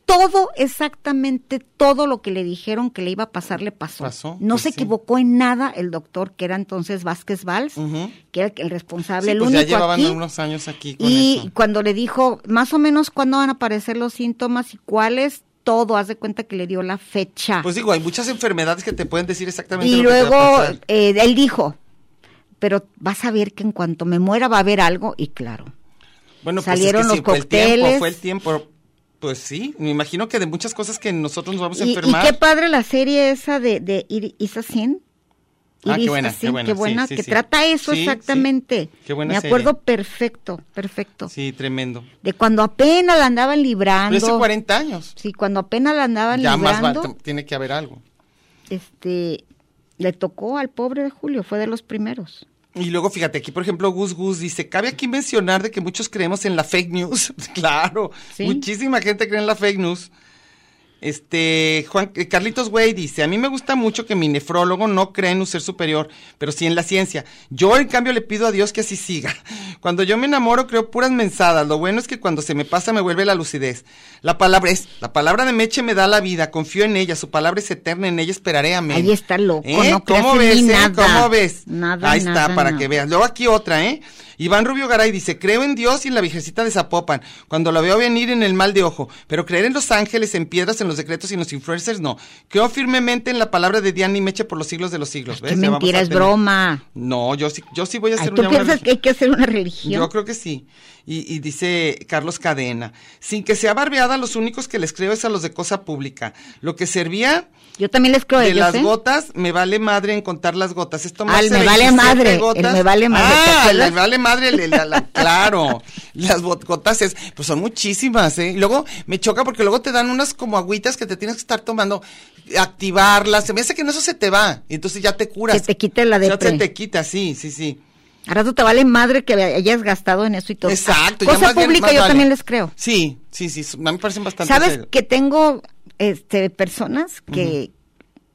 Speaker 4: Todo, exactamente todo lo que le dijeron que le iba a pasar, le pasó.
Speaker 3: Pasó,
Speaker 4: no
Speaker 3: pues
Speaker 4: se
Speaker 3: sí.
Speaker 4: equivocó en nada el doctor, que era entonces Vázquez Valls,
Speaker 3: Ujú.
Speaker 4: que era el responsable,
Speaker 3: Sí,
Speaker 4: el
Speaker 3: pues
Speaker 4: único
Speaker 3: ya llevaban
Speaker 4: aquí.
Speaker 3: unos años aquí con
Speaker 4: Y
Speaker 3: eso.
Speaker 4: cuando le dijo, más o menos, ¿cuándo van a aparecer los síntomas y cuáles? Todo, haz de cuenta que le dio la fecha.
Speaker 3: Pues digo, hay muchas enfermedades que te pueden decir exactamente
Speaker 4: Y
Speaker 3: lo que te va a
Speaker 4: luego
Speaker 3: pasar.
Speaker 4: eh, él dijo, pero vas a ver que en cuanto me muera va a haber algo y claro.
Speaker 3: Bueno,
Speaker 4: Salieron
Speaker 3: pues es que
Speaker 4: los
Speaker 3: sí, fue el tiempo,
Speaker 4: cócteles.
Speaker 3: fue el tiempo. Pues sí, me imagino que de muchas cosas que nosotros nos vamos a
Speaker 4: Y, y
Speaker 3: enfermar.
Speaker 4: qué padre la serie esa de, de Ir- Isa Sin, Y
Speaker 3: Ah, qué
Speaker 4: dice
Speaker 3: buena,
Speaker 4: así,
Speaker 3: qué buena, sí, sí,
Speaker 4: que
Speaker 3: sí.
Speaker 4: trata eso
Speaker 3: Sí, sí.
Speaker 4: exactamente.
Speaker 3: Qué buena
Speaker 4: Me
Speaker 3: serie.
Speaker 4: acuerdo perfecto, perfecto.
Speaker 3: Sí, tremendo.
Speaker 4: De cuando apenas la andaban
Speaker 3: Pero
Speaker 4: librando.
Speaker 3: hace 40 años.
Speaker 4: Sí, cuando apenas la andaban
Speaker 3: Ya más va-
Speaker 4: librando,
Speaker 3: t- tiene que haber algo.
Speaker 4: este, le tocó al pobre de Julio, fue de los primeros.
Speaker 3: Y luego, fíjate, aquí, por ejemplo, Gus Gus dice, cabe aquí mencionar de que muchos creemos en la fake news. claro,
Speaker 4: Sí.
Speaker 3: muchísima gente cree en la fake news. Este, Juan, eh, Carlitos Güey dice, a mí me gusta mucho que mi nefrólogo no cree en un ser superior, pero sí en la ciencia. Yo, en cambio, le pido a Dios que así siga. Cuando yo me enamoro, creo puras mensadas. Lo bueno es que cuando se me pasa, me vuelve la lucidez. La palabra es, la palabra de Meche me da la vida. Confío en ella, su palabra es eterna, en ella esperaré, amén.
Speaker 4: Ahí está loco,
Speaker 3: ¿Eh?
Speaker 4: no creas
Speaker 3: ¿Cómo
Speaker 4: en
Speaker 3: ves,
Speaker 4: mí
Speaker 3: eh?
Speaker 4: nada.
Speaker 3: ¿Cómo ves?
Speaker 4: Nada,
Speaker 3: Ahí está,
Speaker 4: nada,
Speaker 3: para
Speaker 4: nada.
Speaker 3: que veas. Luego aquí otra, ¿eh? Iván Rubio Garay dice, creo en Dios y en la Virgencita de Zapopan. Cuando la veo venir en el mal de ojo. Pero creer en los ángeles, en piedras, en los decretos y en los influencers, no. Creo firmemente en la palabra de Diana y Meche por los siglos de los siglos. Pues ¿Ves?
Speaker 4: Qué
Speaker 3: Ya vamos
Speaker 4: mentira,
Speaker 3: a
Speaker 4: es
Speaker 3: tener-
Speaker 4: broma.
Speaker 3: No, yo sí, yo sí voy a
Speaker 4: Ay,
Speaker 3: hacer
Speaker 4: ¿Tú
Speaker 3: una- una
Speaker 4: piensas que hay que hacer una religión?
Speaker 3: yo creo que sí. Y, y dice Carlos Cadena, sin que sea barbeada, los únicos que les creo es a los de cosa pública. Lo que servía
Speaker 4: Yo también les creo a
Speaker 3: de
Speaker 4: ellos,
Speaker 3: las
Speaker 4: ¿eh?
Speaker 3: gotas, me vale madre en contar las gotas. Esto
Speaker 4: Ah,
Speaker 3: más
Speaker 4: el me vale madre, el me vale madre, ¿te
Speaker 3: Ah, el
Speaker 4: acuerdas?
Speaker 3: me vale madre, el- el- la- la- claro. Las bot- gotas es, pues son muchísimas, ¿eh? Y luego me choca porque luego te dan unas como agüitas que te tienes que estar tomando, activarlas. Se me hace que en eso se te va. Y entonces ya te curas.
Speaker 4: Que te quite la
Speaker 3: Ya se
Speaker 4: depre.
Speaker 3: te quita, sí, sí, sí.
Speaker 4: Ahora tú te vale madre que hayas gastado en eso y todo.
Speaker 3: Exacto. ya
Speaker 4: Cosa
Speaker 3: más bien-
Speaker 4: pública
Speaker 3: más
Speaker 4: yo
Speaker 3: vale.
Speaker 4: también les creo.
Speaker 3: Sí, sí, sí. A mí me parecen bastante.
Speaker 4: ¿Sabes
Speaker 3: serios.
Speaker 4: que tengo este personas que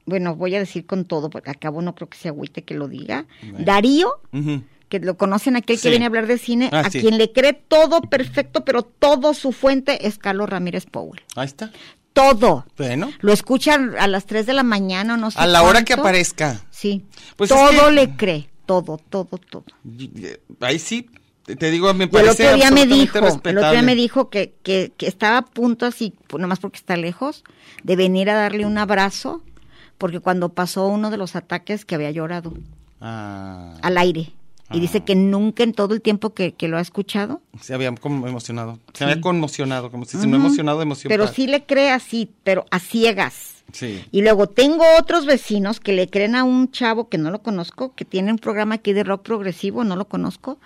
Speaker 4: bueno, voy a decir con todo porque acabo no creo que se agüite que lo diga. Darío
Speaker 3: Ujú.
Speaker 4: que lo conocen aquel
Speaker 3: Sí.
Speaker 4: que viene a hablar de cine,
Speaker 3: Ah,
Speaker 4: a
Speaker 3: sí.
Speaker 4: quien le cree todo perfecto, pero todo su fuente es Carlos Ramírez Powell.
Speaker 3: Ahí está.
Speaker 4: Todo.
Speaker 3: Bueno.
Speaker 4: Lo escuchan a las 3 de la mañana, no sé.
Speaker 3: A la hora que
Speaker 4: cuánto.
Speaker 3: aparezca.
Speaker 4: Sí.
Speaker 3: Pues es
Speaker 4: todo
Speaker 3: que-
Speaker 4: le cree, todo, todo, todo.
Speaker 3: Y- y- Eh, Ahí sí, te te digo, me
Speaker 4: Y el
Speaker 3: parece
Speaker 4: otro día me
Speaker 3: absolutamente
Speaker 4: dijo, el otro día
Speaker 3: respetable.
Speaker 4: me dijo que, que, que estaba a punto así, pues, nomás porque está lejos, de venir a darle un abrazo, porque cuando pasó uno de los ataques que había llorado
Speaker 3: Ah,
Speaker 4: al aire. Y dice que nunca en todo el tiempo que, que lo ha escuchado,
Speaker 3: se había como emocionado. Se había conmocionado, como si se me emocionado de emoción.
Speaker 4: pero
Speaker 3: padre.
Speaker 4: sí le cree así, pero a ciegas.
Speaker 3: Sí.
Speaker 4: Y luego tengo otros vecinos que le creen a un chavo que no lo conozco, que tiene un programa aquí de rock progresivo, no lo conozco.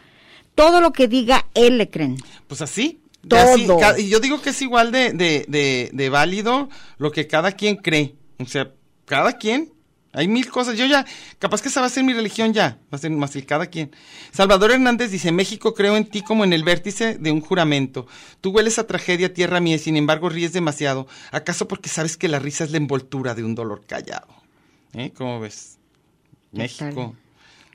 Speaker 4: Todo lo que diga él le creen.
Speaker 3: Pues así. de así,
Speaker 4: Todo.
Speaker 3: ca- y yo digo que es igual de, de, de, de válido lo que cada quien cree. O sea, cada quien. Hay mil cosas. Yo ya, capaz que esa va a ser mi religión ya. Va a ser más el cada quien. Salvador Hernández dice, México creo en ti como en el vértice de un juramento. Tú hueles a tragedia, tierra mía, y sin embargo ríes demasiado. ¿Acaso porque sabes que la risa es la envoltura de un dolor callado? ¿Eh? ¿Cómo ves?
Speaker 4: ¿Qué tal?
Speaker 3: México.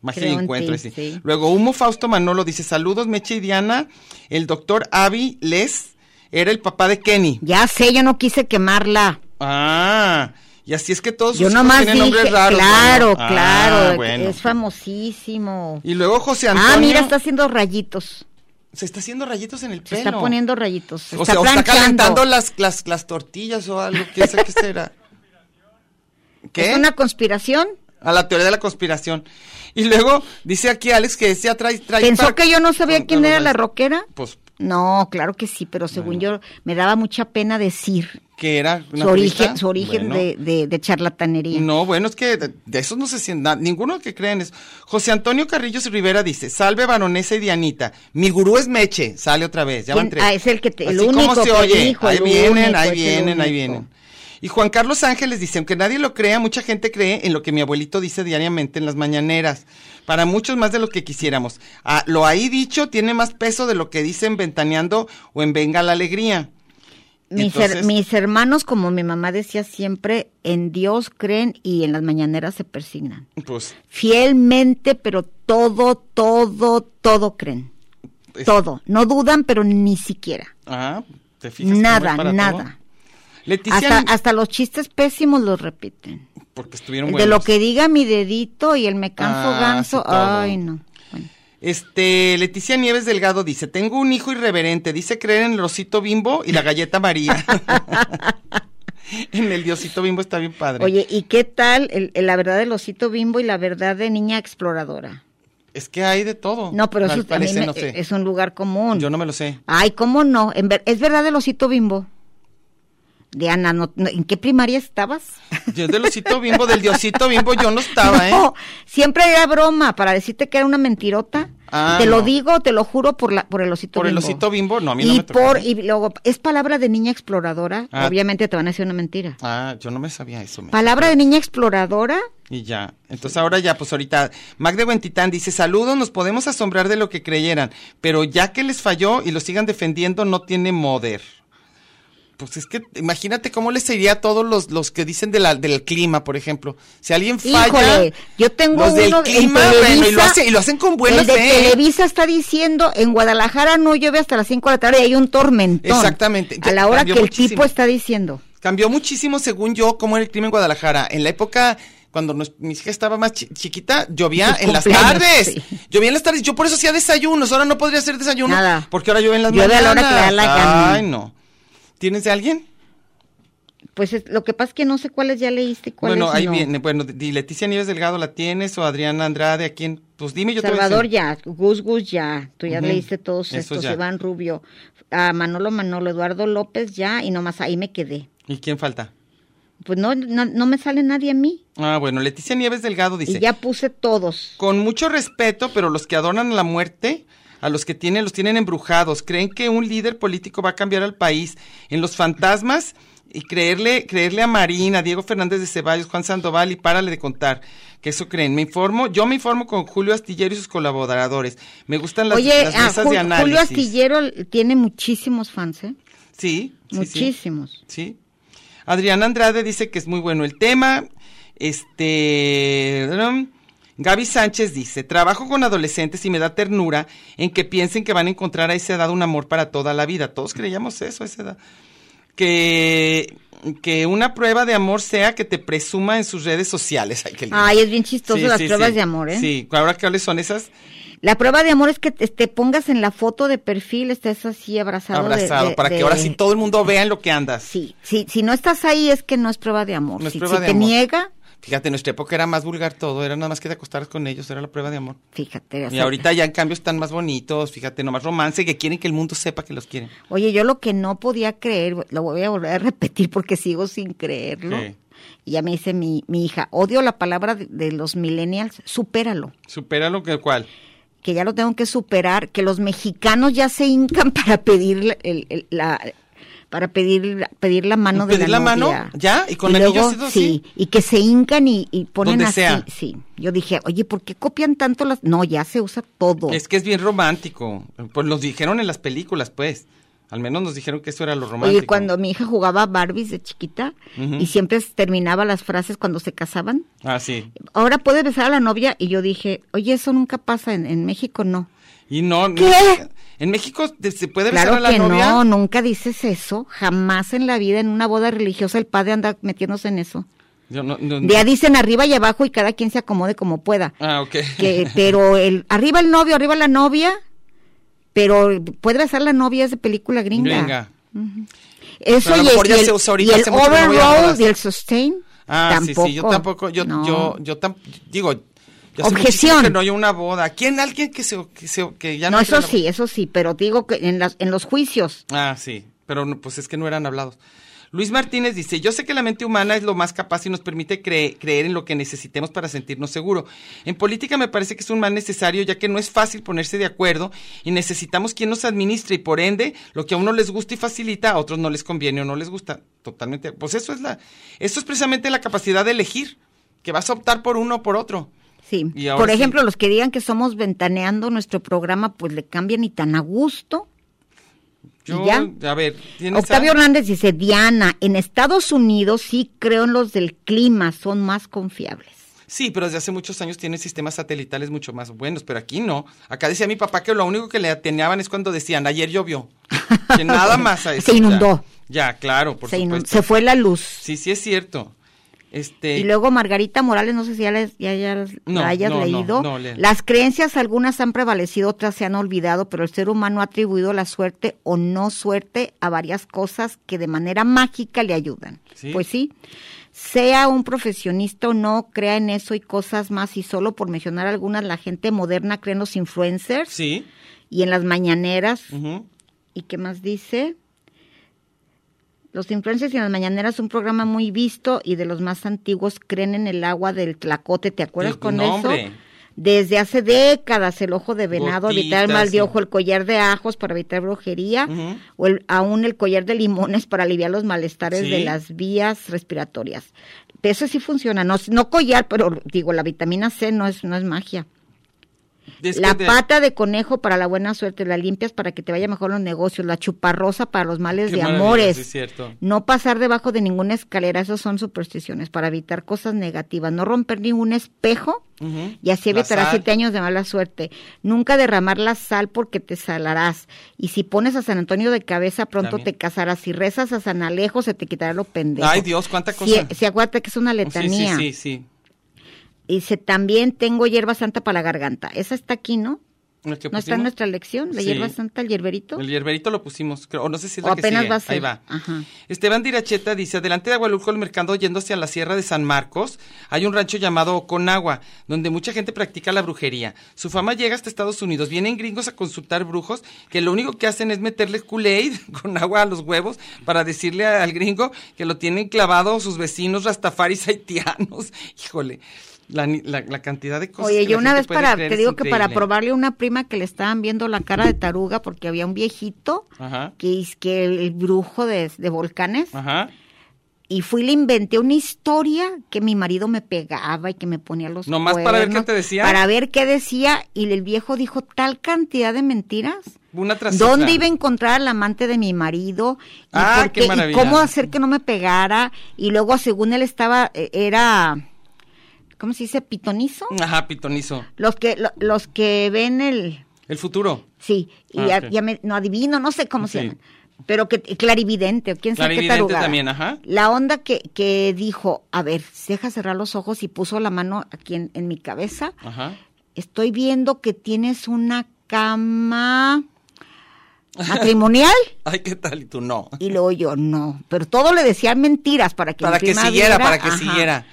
Speaker 3: Magia
Speaker 4: Creo
Speaker 3: de
Speaker 4: en
Speaker 3: encuentro.
Speaker 4: ti,
Speaker 3: sí.
Speaker 4: sí.
Speaker 3: Luego, Humo Fausto Manolo dice: Saludos, Meche y Diana. El doctor Avi Les era el papá de Kenny.
Speaker 4: Ya sé, yo no quise quemarla.
Speaker 3: Ah, y así es que todos
Speaker 4: Yo
Speaker 3: sus hijos
Speaker 4: nomás
Speaker 3: tienen nombres
Speaker 4: dije,
Speaker 3: raros.
Speaker 4: claro,
Speaker 3: bueno. Ah,
Speaker 4: claro,
Speaker 3: bueno.
Speaker 4: es famosísimo.
Speaker 3: Y luego José Antonio.
Speaker 4: Ah, mira, está haciendo rayitos.
Speaker 3: Se está haciendo rayitos en el
Speaker 4: Se
Speaker 3: pelo.
Speaker 4: está poniendo rayitos. Se
Speaker 3: o
Speaker 4: está
Speaker 3: sea, o está
Speaker 4: planchando.
Speaker 3: calentando las, las, las tortillas o algo. ¿Qué, sé qué será? ¿Qué?
Speaker 4: ¿Es una conspiración?
Speaker 3: A la teoría de la conspiración. Y luego dice aquí Alex que decía trae, trae
Speaker 4: ¿Pensó
Speaker 3: para-
Speaker 4: que yo no sabía
Speaker 3: Con-
Speaker 4: quién
Speaker 3: con
Speaker 4: era
Speaker 3: los-
Speaker 4: la roquera?
Speaker 3: Pues
Speaker 4: No, claro que sí, pero según yo me daba mucha pena decir
Speaker 3: que era
Speaker 4: su origen, su origen
Speaker 3: Bueno.
Speaker 4: de, de- de charlatanería.
Speaker 3: No, bueno, es que de, de esos no se sienten, na- ninguno que creen eso. José Antonio Carrillos Rivera dice, salve baronesa y Dianita, mi gurú es Meche, sale otra vez, ya van
Speaker 4: ¿Quién?
Speaker 3: tres.
Speaker 4: Ah, es el que te- el
Speaker 3: Así
Speaker 4: único
Speaker 3: como se
Speaker 4: que
Speaker 3: oye,
Speaker 4: dijo,
Speaker 3: ahí
Speaker 4: el
Speaker 3: vienen,
Speaker 4: único,
Speaker 3: ahí
Speaker 4: es el
Speaker 3: vienen, ahí
Speaker 4: único.
Speaker 3: vienen. Y Juan Carlos Ángeles dice, aunque nadie lo crea, mucha gente cree en lo que mi abuelito dice diariamente en las mañaneras. Para muchos más de lo que quisiéramos. Ah, lo ahí dicho tiene más peso de lo que dicen ventaneando o en Venga la Alegría.
Speaker 4: mis, her-
Speaker 3: entonces-
Speaker 4: mis hermanos, como mi mamá decía siempre, en Dios creen y en las mañaneras se persignan.
Speaker 3: Pues,
Speaker 4: fielmente, pero todo, todo, todo creen.
Speaker 3: es-
Speaker 4: Todo. No dudan, pero ni siquiera.
Speaker 3: Ah, te fijas. cómo es
Speaker 4: Nada,
Speaker 3: para todo?
Speaker 4: nada.
Speaker 3: Leticia,
Speaker 4: Hasta, hasta los chistes pésimos los repiten.
Speaker 3: porque estuvieron
Speaker 4: El
Speaker 3: buenos.
Speaker 4: de lo que diga mi dedito y el me canso
Speaker 3: Ah,
Speaker 4: ganso,
Speaker 3: sí, todo.
Speaker 4: ay no. Bueno,
Speaker 3: Este, Leticia Nieves Delgado dice, tengo un hijo irreverente, dice creer en el osito bimbo y la galleta María. en el diosito bimbo está bien padre.
Speaker 4: Oye, ¿y qué tal el- el- la verdad del osito bimbo y la verdad de niña exploradora?
Speaker 3: es que hay de todo.
Speaker 4: No, pero
Speaker 3: Al
Speaker 4: eso también
Speaker 3: parecer,
Speaker 4: me-
Speaker 3: no sé.
Speaker 4: es un lugar común.
Speaker 3: Yo no me lo sé.
Speaker 4: Ay, ¿cómo no? En ver- ¿Es verdad el osito bimbo? Diana, no- no- ¿en qué primaria estabas?
Speaker 3: Yo del osito bimbo, del diosito bimbo, yo no estaba, ¿eh?
Speaker 4: No, siempre era broma para decirte que era una mentirota.
Speaker 3: Ah,
Speaker 4: te lo
Speaker 3: no.
Speaker 4: digo, te lo juro por la por el osito
Speaker 3: Por el
Speaker 4: bimbo.
Speaker 3: osito bimbo, no, a mí no
Speaker 4: y
Speaker 3: me tocó.
Speaker 4: por y luego es palabra de niña exploradora,
Speaker 3: Ah.
Speaker 4: obviamente te van a decir una mentira.
Speaker 3: Ah, yo no me sabía eso. me-
Speaker 4: Palabra de niña exploradora,
Speaker 3: Y ya. Entonces ahora ya, pues ahorita, Mac de Huentitán dice, saludos, nos podemos asombrar de lo que creyeran, pero ya que les falló y lo sigan defendiendo, no tiene moder. Pues es que imagínate cómo les iría a todos los, los que dicen de la- del clima, por ejemplo. Si alguien falla,
Speaker 4: Híjole, yo tengo
Speaker 3: los del
Speaker 4: uno en
Speaker 3: clima, bueno, y lo, hace- y lo hacen con buena
Speaker 4: el de
Speaker 3: fe.
Speaker 4: Televisa está diciendo, en Guadalajara no llueve hasta las 5 de la tarde y hay un tormentón.
Speaker 3: Exactamente.
Speaker 4: A
Speaker 3: Ya
Speaker 4: la hora que
Speaker 3: cambió
Speaker 4: el
Speaker 3: muchísimo.
Speaker 4: tipo está diciendo.
Speaker 3: Cambió muchísimo, según yo, cómo era el clima en Guadalajara. En la época, cuando nos- mi hija estaba más chi- chiquita, llovía
Speaker 4: Sus
Speaker 3: en las
Speaker 4: cumpleaños,
Speaker 3: tardes.
Speaker 4: sí.
Speaker 3: Llovía en las tardes. Yo por eso hacía desayunos. Ahora no podría hacer desayuno.
Speaker 4: Nada.
Speaker 3: Porque ahora llueve en las
Speaker 4: Llueve a
Speaker 3: mañanas.
Speaker 4: la hora que le da la gana.
Speaker 3: Ay, no. ¿Tienes de alguien?
Speaker 4: Pues es- lo que pasa es que no sé cuáles ya leíste y cuáles
Speaker 3: bueno, ahí
Speaker 4: no.
Speaker 3: viene. Bueno, di- Leticia Nieves Delgado la tienes o Adriana Andrade, ¿a quién? Pues dime, yo te voy a
Speaker 4: Salvador
Speaker 3: decir.
Speaker 4: ya, Gus Gus ya, tú ya
Speaker 3: Ujú,
Speaker 4: leíste todos
Speaker 3: esos
Speaker 4: estos,
Speaker 3: ya.
Speaker 4: Iván Rubio, a Manolo Manolo, Eduardo López ya, y nomás ahí me quedé.
Speaker 3: ¿Y quién falta?
Speaker 4: Pues no, no, no me sale nadie a mí.
Speaker 3: Ah, bueno, Leticia Nieves Delgado dice.
Speaker 4: Y ya puse todos.
Speaker 3: Con mucho respeto, pero los que adoran la muerte, a los que tienen, los tienen embrujados, creen que un líder político va a cambiar al país. En los fantasmas y creerle, creerle a Marina, a Diego Fernández de Ceballos, Juan Sandoval y párale de contar. Que eso creen. Me informo, yo me informo con Julio Astillero y sus colaboradores. Me gustan las,
Speaker 4: Oye,
Speaker 3: las
Speaker 4: ah,
Speaker 3: mesas de
Speaker 4: Jul-
Speaker 3: análisis.
Speaker 4: Julio Astillero tiene muchísimos fans, ¿eh?
Speaker 3: Sí, sí, sí.
Speaker 4: muchísimos.
Speaker 3: Sí. Adrián Andrade dice que es muy bueno el tema. Este. mm, Gaby Sánchez dice: Trabajo con adolescentes y me da ternura en que piensen que van a encontrar a esa edad un amor para toda la vida. Todos creíamos eso a esa edad. Que, que una prueba de amor sea que te presuma en sus redes sociales. Ay, qué lindo.
Speaker 4: Ay, es bien chistoso
Speaker 3: Sí,
Speaker 4: las
Speaker 3: sí,
Speaker 4: pruebas
Speaker 3: sí.
Speaker 4: de amor, ¿eh?
Speaker 3: Sí, ahora que son esas,
Speaker 4: La prueba de amor es que te, te pongas en la foto de perfil, estés así abrazado. de-
Speaker 3: abrazado,
Speaker 4: de-
Speaker 3: para
Speaker 4: de-
Speaker 3: que ahora sí todo el mundo vea en lo que andas.
Speaker 4: Sí, sí, si no estás ahí es que no es prueba de amor.
Speaker 3: No es
Speaker 4: si
Speaker 3: prueba
Speaker 4: si
Speaker 3: de
Speaker 4: te
Speaker 3: amor.
Speaker 4: niega,
Speaker 3: Fíjate, en nuestra época era más vulgar todo, era nada más que te acostaras con ellos, era la prueba de amor.
Speaker 4: fíjate. o
Speaker 3: Y
Speaker 4: sea,
Speaker 3: ahorita ya en cambio están más bonitos, fíjate, nomás romance, que quieren que el mundo sepa que los quieren.
Speaker 4: Oye, yo lo que no podía creer, lo voy a volver a repetir porque sigo sin creerlo.
Speaker 3: ¿Qué?
Speaker 4: Y ya me dice mi, mi hija, odio la palabra de, de los millennials, supéralo,
Speaker 3: Supera lo que cual.
Speaker 4: que ya lo tengo que superar, que los mexicanos ya se hincan para pedir la- el- el- la para pedir pedir la mano de
Speaker 3: ¿Pedir la mano?
Speaker 4: novia.
Speaker 3: ¿Ya? ¿Y con anillo así, así?
Speaker 4: sí, y que se hincan y, y ponen
Speaker 3: Donde
Speaker 4: así,
Speaker 3: sea.
Speaker 4: sí. Yo dije, "Oye, ¿por qué copian tanto las No, ya se usa todo."
Speaker 3: Es que es bien romántico. Pues nos dijeron en las películas, pues. Al menos nos dijeron que eso era lo romántico.
Speaker 4: Oye, cuando mi hija jugaba a Barbies de chiquita
Speaker 3: Ujú.
Speaker 4: y siempre terminaba las frases cuando se casaban,
Speaker 3: Ah, sí.
Speaker 4: ahora puede besar a la novia y yo dije, oye, eso nunca pasa en, en México, no.
Speaker 3: Y no.
Speaker 4: ¿Qué?
Speaker 3: En México te- se puede besar
Speaker 4: Claro
Speaker 3: a la
Speaker 4: que
Speaker 3: novia.
Speaker 4: no, nunca dices eso, jamás en la vida, en una boda religiosa el padre anda metiéndose en eso.
Speaker 3: Yo no- no-
Speaker 4: Ya dicen arriba y abajo y cada quien se acomode como pueda.
Speaker 3: Ah, ok.
Speaker 4: Que, pero el, arriba el novio, arriba la novia, pero puede besar la novia es de película gringa.
Speaker 3: Venga.
Speaker 4: Eso
Speaker 3: Pero a lo
Speaker 4: y,
Speaker 3: mejor
Speaker 4: el-
Speaker 3: ya
Speaker 4: y el,
Speaker 3: se usa ahorita,
Speaker 4: y el
Speaker 3: hace mucho que no voy a
Speaker 4: overall
Speaker 3: bodas.
Speaker 4: y el sustain.
Speaker 3: Ah,
Speaker 4: tampoco.
Speaker 3: sí, sí, yo tampoco, yo,
Speaker 4: No.
Speaker 3: yo, yo tam- digo, yo hace
Speaker 4: Objeción.
Speaker 3: muchísimo que no hay una boda. ¿Quién, alguien que se, que se- que ya
Speaker 4: No,
Speaker 3: quiere
Speaker 4: eso
Speaker 3: la-
Speaker 4: sí, eso sí, pero te digo que en, las, en los juicios.
Speaker 3: Ah, sí, pero no, pues es que no eran hablados. Luis Martínez dice, yo sé que la mente humana es lo más capaz y nos permite cre- creer en lo que necesitemos para sentirnos seguros. En política me parece que es un mal necesario ya que no es fácil ponerse de acuerdo y necesitamos quien nos administre y por ende lo que a uno les gusta y facilita a otros no les conviene o no les gusta. Totalmente. Pues eso es la, eso es precisamente la capacidad de elegir, que vas a optar por uno o por otro.
Speaker 4: Sí.
Speaker 3: Y ahora
Speaker 4: Por
Speaker 3: sí.
Speaker 4: ejemplo, los que digan que somos ventaneando nuestro programa, pues le cambian y tan a gusto.
Speaker 3: Yo,
Speaker 4: ¿Y ya?
Speaker 3: a ver, ¿tienes
Speaker 4: Octavio
Speaker 3: algo?
Speaker 4: Hernández dice, Diana, en Estados Unidos sí creo en los del clima, son más confiables.
Speaker 3: Sí, pero desde hace muchos años tienen sistemas satelitales mucho más buenos, pero aquí no. Acá decía mi papá que lo único que le ateneaban es cuando decían, ayer llovió. Que nada más a eso.
Speaker 4: Se
Speaker 3: ya.
Speaker 4: inundó.
Speaker 3: Ya, claro, por
Speaker 4: Se, inun-
Speaker 3: supuesto.
Speaker 4: se fue la luz.
Speaker 3: Sí, sí es cierto. Este,
Speaker 4: Y luego Margarita Morales, no sé si ya, les- ya- ya las-
Speaker 3: No,
Speaker 4: la hayas
Speaker 3: no, no,
Speaker 4: leído.
Speaker 3: no, léela.
Speaker 4: Las creencias algunas han prevalecido, otras se han olvidado, pero el ser humano ha atribuido la suerte o no suerte a varias cosas que de manera mágica le ayudan.
Speaker 3: Sí.
Speaker 4: Pues sí, sea un profesionista o no, crea en eso y cosas más. Y solo por mencionar algunas, la gente moderna cree en los influencers
Speaker 3: Sí.
Speaker 4: y en las mañaneras.
Speaker 3: ujú.
Speaker 4: ¿Y qué más dice? Los influencers y las mañaneras, un programa muy visto y de los más antiguos, creen en el agua del tlacote. ¿Te acuerdas
Speaker 3: Sí,
Speaker 4: con
Speaker 3: no,
Speaker 4: eso?
Speaker 3: hombre.
Speaker 4: Desde hace décadas, el ojo de venado, evitar el
Speaker 3: Gotitas,
Speaker 4: mal de
Speaker 3: sí.
Speaker 4: ojo, el collar de ajos para evitar brujería, o el- aún el collar de limones para aliviar los malestares
Speaker 3: Sí.
Speaker 4: de las vías respiratorias. Eso sí funciona, no, no collar, pero digo, la vitamina C no es, no es magia.
Speaker 3: Es que
Speaker 4: la
Speaker 3: de-
Speaker 4: pata de conejo para la buena suerte, la limpias para que te vaya mejor los negocios, la chuparrosa para los males
Speaker 3: Qué
Speaker 4: de
Speaker 3: maravilla,
Speaker 4: amores.
Speaker 3: sí, es cierto.
Speaker 4: No pasar debajo de ninguna escalera, esas son supersticiones para evitar cosas negativas. No romper ningún espejo
Speaker 3: Ujú.
Speaker 4: y así
Speaker 3: La
Speaker 4: evitarás
Speaker 3: sal.
Speaker 4: siete años de mala suerte. Nunca derramar la sal porque te salarás. Y si pones a San Antonio de cabeza, pronto
Speaker 3: También.
Speaker 4: te casarás. Si rezas a San Alejo, se te quitará lo pendejo.
Speaker 3: Ay, Dios, cuánta cosa. Oh,
Speaker 4: Si, acuérdate que es una letanía.
Speaker 3: Sí, sí, sí, sí.
Speaker 4: Dice, también tengo hierba santa para la garganta. Esa está aquí, ¿no?
Speaker 3: La que
Speaker 4: ¿No está en
Speaker 3: pusimos.
Speaker 4: nuestra lección? ¿La
Speaker 3: Sí.
Speaker 4: hierba santa, el hierberito?
Speaker 3: El hierberito lo pusimos, creo, o no sé si es
Speaker 4: O
Speaker 3: la que
Speaker 4: apenas
Speaker 3: sigue.
Speaker 4: va a ser.
Speaker 3: Ahí va.
Speaker 4: Ajá.
Speaker 3: Esteban Diracheta dice, adelante de Agualulco, el mercado yéndose a la Sierra de San Marcos, hay un rancho llamado Oconagua, donde mucha gente practica la brujería. Su fama llega hasta Estados Unidos. Vienen gringos a consultar brujos que lo único que hacen es meterle Kool-Aid con agua a los huevos para decirle a- al gringo que lo tienen clavado sus vecinos rastafaris haitianos. Híjole, la, ni- la- la cantidad de cosas
Speaker 4: Oye,
Speaker 3: que
Speaker 4: yo
Speaker 3: la
Speaker 4: una
Speaker 3: gente
Speaker 4: vez
Speaker 3: puede
Speaker 4: para,
Speaker 3: creer
Speaker 4: te
Speaker 3: es
Speaker 4: digo que para
Speaker 3: increíble.
Speaker 4: probarle a una prima que le estaban viendo la cara de taruga porque había un viejito
Speaker 3: Ajá,
Speaker 4: que es que el, brujo de, de volcanes
Speaker 3: ajá.
Speaker 4: y fui y le inventé una historia que mi marido me pegaba y que me ponía los
Speaker 3: ¿Nomás para ver qué
Speaker 4: cuernos,
Speaker 3: te decía?
Speaker 4: Para ver qué decía y el viejo dijo tal cantidad de mentiras.
Speaker 3: Una tras
Speaker 4: ¿Dónde
Speaker 3: otra.
Speaker 4: iba a encontrar al amante de mi marido? ¿Y,
Speaker 3: Ah,
Speaker 4: por
Speaker 3: qué
Speaker 4: qué? ¿Y
Speaker 3: maravilla.
Speaker 4: cómo hacer que no me pegara? Y luego, según él estaba, eh, era, ¿cómo se dice? Pitonizo.
Speaker 3: Ajá, pitonizo.
Speaker 4: Los que, lo- los que ven el,
Speaker 3: El futuro.
Speaker 4: sí, y
Speaker 3: Ah,
Speaker 4: ya,
Speaker 3: ok.
Speaker 4: ya me- no adivino, no sé cómo se
Speaker 3: Sí.
Speaker 4: llaman. Pero que clarividente, o quién sabe qué
Speaker 3: Clarividente
Speaker 4: tarugada.
Speaker 3: también, ajá.
Speaker 4: La onda que, que dijo, a ver, se deja cerrar los ojos y puso la mano aquí en, en mi cabeza.
Speaker 3: Ajá.
Speaker 4: Estoy viendo que tienes una cama matrimonial.
Speaker 3: Ay, ¿qué tal? Y tú no.
Speaker 4: Y luego yo, no. Pero todo le decían mentiras para que mi
Speaker 3: Para que
Speaker 4: prima
Speaker 3: siguiera,
Speaker 4: viera,
Speaker 3: para que
Speaker 4: ajá.
Speaker 3: siguiera.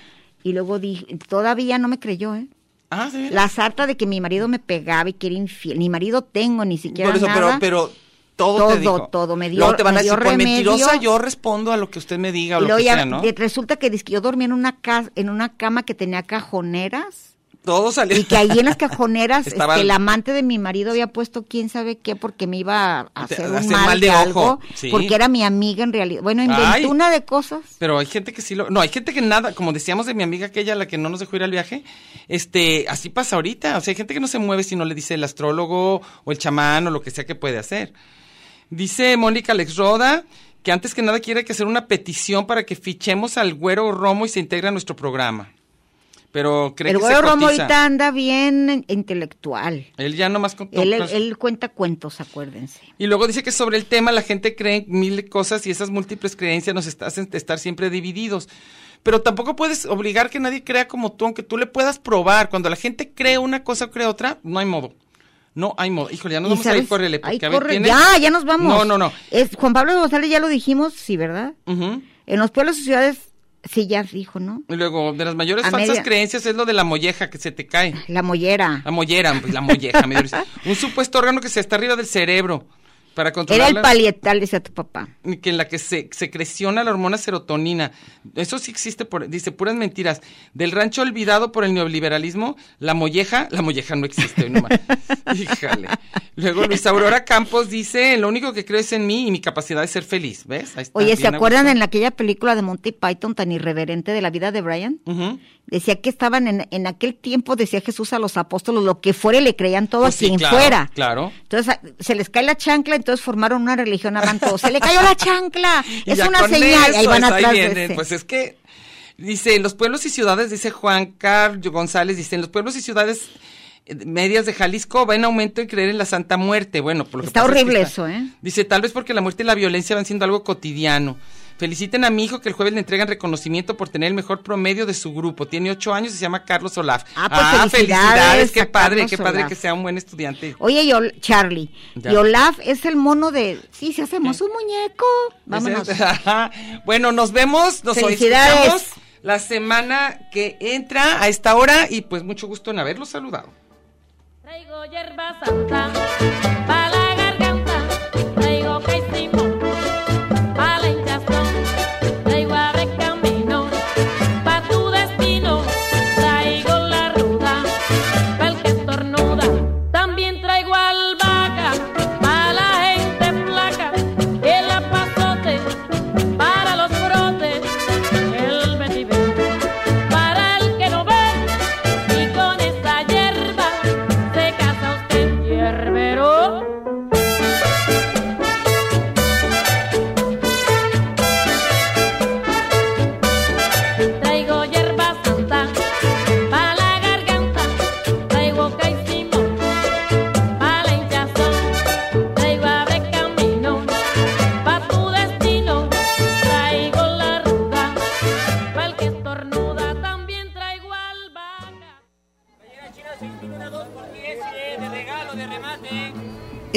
Speaker 4: Y luego dije, todavía no me creyó, ¿eh?
Speaker 3: Ah, sí.
Speaker 4: La sarta de que mi marido me pegaba y que era infiel. Ni marido tengo, ni siquiera
Speaker 3: Por eso,
Speaker 4: nada.
Speaker 3: pero, pero todo,
Speaker 4: Todo,
Speaker 3: te dijo.
Speaker 4: todo, me dio-
Speaker 3: Luego te van
Speaker 4: me
Speaker 3: a decir,
Speaker 4: dio
Speaker 3: por
Speaker 4: remedio.
Speaker 3: mentirosa yo respondo a lo que usted me diga o
Speaker 4: y
Speaker 3: lo
Speaker 4: luego
Speaker 3: que
Speaker 4: ya
Speaker 3: sea, ¿no?
Speaker 4: de- resulta que dizque yo dormía en una, casa, en una cama que tenía cajoneras.
Speaker 3: Todo salió.
Speaker 4: Y que ahí en las cajoneras
Speaker 3: Estaba-
Speaker 4: este, el amante de mi marido había puesto quién sabe qué porque me iba a hacer un
Speaker 3: hacer
Speaker 4: mal,
Speaker 3: mal
Speaker 4: de,
Speaker 3: de
Speaker 4: algo.
Speaker 3: ojo, sí.
Speaker 4: Porque era mi amiga en realidad. Bueno, inventé
Speaker 3: Ay.
Speaker 4: una de cosas.
Speaker 3: Pero hay gente que sí lo... No, hay gente que nada, como decíamos de mi amiga aquella, la que no nos dejó ir al viaje, este, así pasa ahorita. O sea, hay gente que no se mueve si no le dice el astrólogo o el chamán o lo que sea que puede hacer. Dice Mónica Alex Roda que antes que nada quiere que hacer una petición para que fichemos al güero Romo y se integre a nuestro programa. Pero cree
Speaker 4: El
Speaker 3: que se
Speaker 4: güero Romo
Speaker 3: cotiza.
Speaker 4: ahorita anda bien intelectual.
Speaker 3: Él ya nomás con
Speaker 4: Él, él cuenta cuentos, acuérdense.
Speaker 3: Y luego dice que sobre el tema la gente cree mil cosas y esas múltiples creencias nos está- hacen estar siempre divididos. Pero tampoco puedes obligar que nadie crea como tú, aunque tú le puedas probar. Cuando la gente cree una cosa o cree otra, no hay modo. No hay modo. Híjole, ya nos
Speaker 4: Y
Speaker 3: vamos a
Speaker 4: sabes-
Speaker 3: ir, córrele.
Speaker 4: Ay,
Speaker 3: porque a ver,
Speaker 4: corre,
Speaker 3: ¿tienes?
Speaker 4: ya, ya nos vamos.
Speaker 3: No, no, no.
Speaker 4: Es, Juan Pablo González ya lo dijimos, sí, ¿verdad?
Speaker 3: Ujú.
Speaker 4: En los pueblos y ciudades, sí, ya dijo, ¿no?
Speaker 3: Y luego, de las mayores
Speaker 4: A
Speaker 3: falsas
Speaker 4: media-
Speaker 3: creencias es lo de la molleja que se te cae.
Speaker 4: La mollera.
Speaker 3: La mollera, pues, la molleja. me dio risa. Un supuesto órgano que se está arriba del cerebro para controlar
Speaker 4: Era el
Speaker 3: la-
Speaker 4: palietal, decía tu papá.
Speaker 3: que en la que se secreciona la hormona serotonina. Eso sí existe, por, dice, puras mentiras. Del rancho olvidado por el neoliberalismo, la molleja, la molleja no existe. hoy nomás. Híjale. Luego Luis Aurora Campos dice, lo único que creo es en mí y mi capacidad de ser feliz. ¿Ves? Ahí está,
Speaker 4: Oye, ¿se
Speaker 3: bien a
Speaker 4: acuerdan
Speaker 3: gusto.
Speaker 4: en aquella película de Monty Python tan irreverente de la vida de Brian?
Speaker 3: Ujú.
Speaker 4: Decía que estaban en, en aquel tiempo, decía Jesús a los apóstoles, lo que fuera y le creían todo
Speaker 3: Pues
Speaker 4: a
Speaker 3: sí,
Speaker 4: quien
Speaker 3: claro,
Speaker 4: fuera.
Speaker 3: Claro.
Speaker 4: Entonces a- se les cae la chancla, entonces formaron una religión avanto. Se le cayó la chancla,
Speaker 3: Y
Speaker 4: es
Speaker 3: ya
Speaker 4: una
Speaker 3: con
Speaker 4: señal. Y ahí
Speaker 3: eso,
Speaker 4: van
Speaker 3: es,
Speaker 4: atrás de este.
Speaker 3: vienen.
Speaker 4: ese.
Speaker 3: Pues es que dice, en los pueblos y ciudades, dice Juan Carlos González, dice, en los pueblos y ciudades eh, medias de Jalisco va en aumento en creer en la Santa Muerte. Bueno, por lo que
Speaker 4: Está
Speaker 3: pasa es que
Speaker 4: horrible eso, ¿eh?
Speaker 3: Dice, tal vez porque la muerte y la violencia van siendo algo cotidiano. Feliciten a mi hijo que el jueves le entregan reconocimiento por tener el mejor promedio de su grupo. Tiene ocho años y se llama Carlos Olaf.
Speaker 4: Ah, pues, felicidades
Speaker 3: qué
Speaker 4: a
Speaker 3: padre,
Speaker 4: Carlos
Speaker 3: qué padre
Speaker 4: Olaf.
Speaker 3: que sea un buen estudiante.
Speaker 4: Oye, y Ol- Charlie,
Speaker 3: Ya.
Speaker 4: y Olaf es el mono de. Sí, si hacemos un muñeco. Vámonos.
Speaker 3: Ajá. bueno, nos vemos, nos
Speaker 4: Felicidades.
Speaker 3: escuchamos la semana que entra a esta hora y pues mucho gusto en haberlos saludado.
Speaker 7: Traigo hierba santa para la garganta, traigo caicimo para la hinchazón,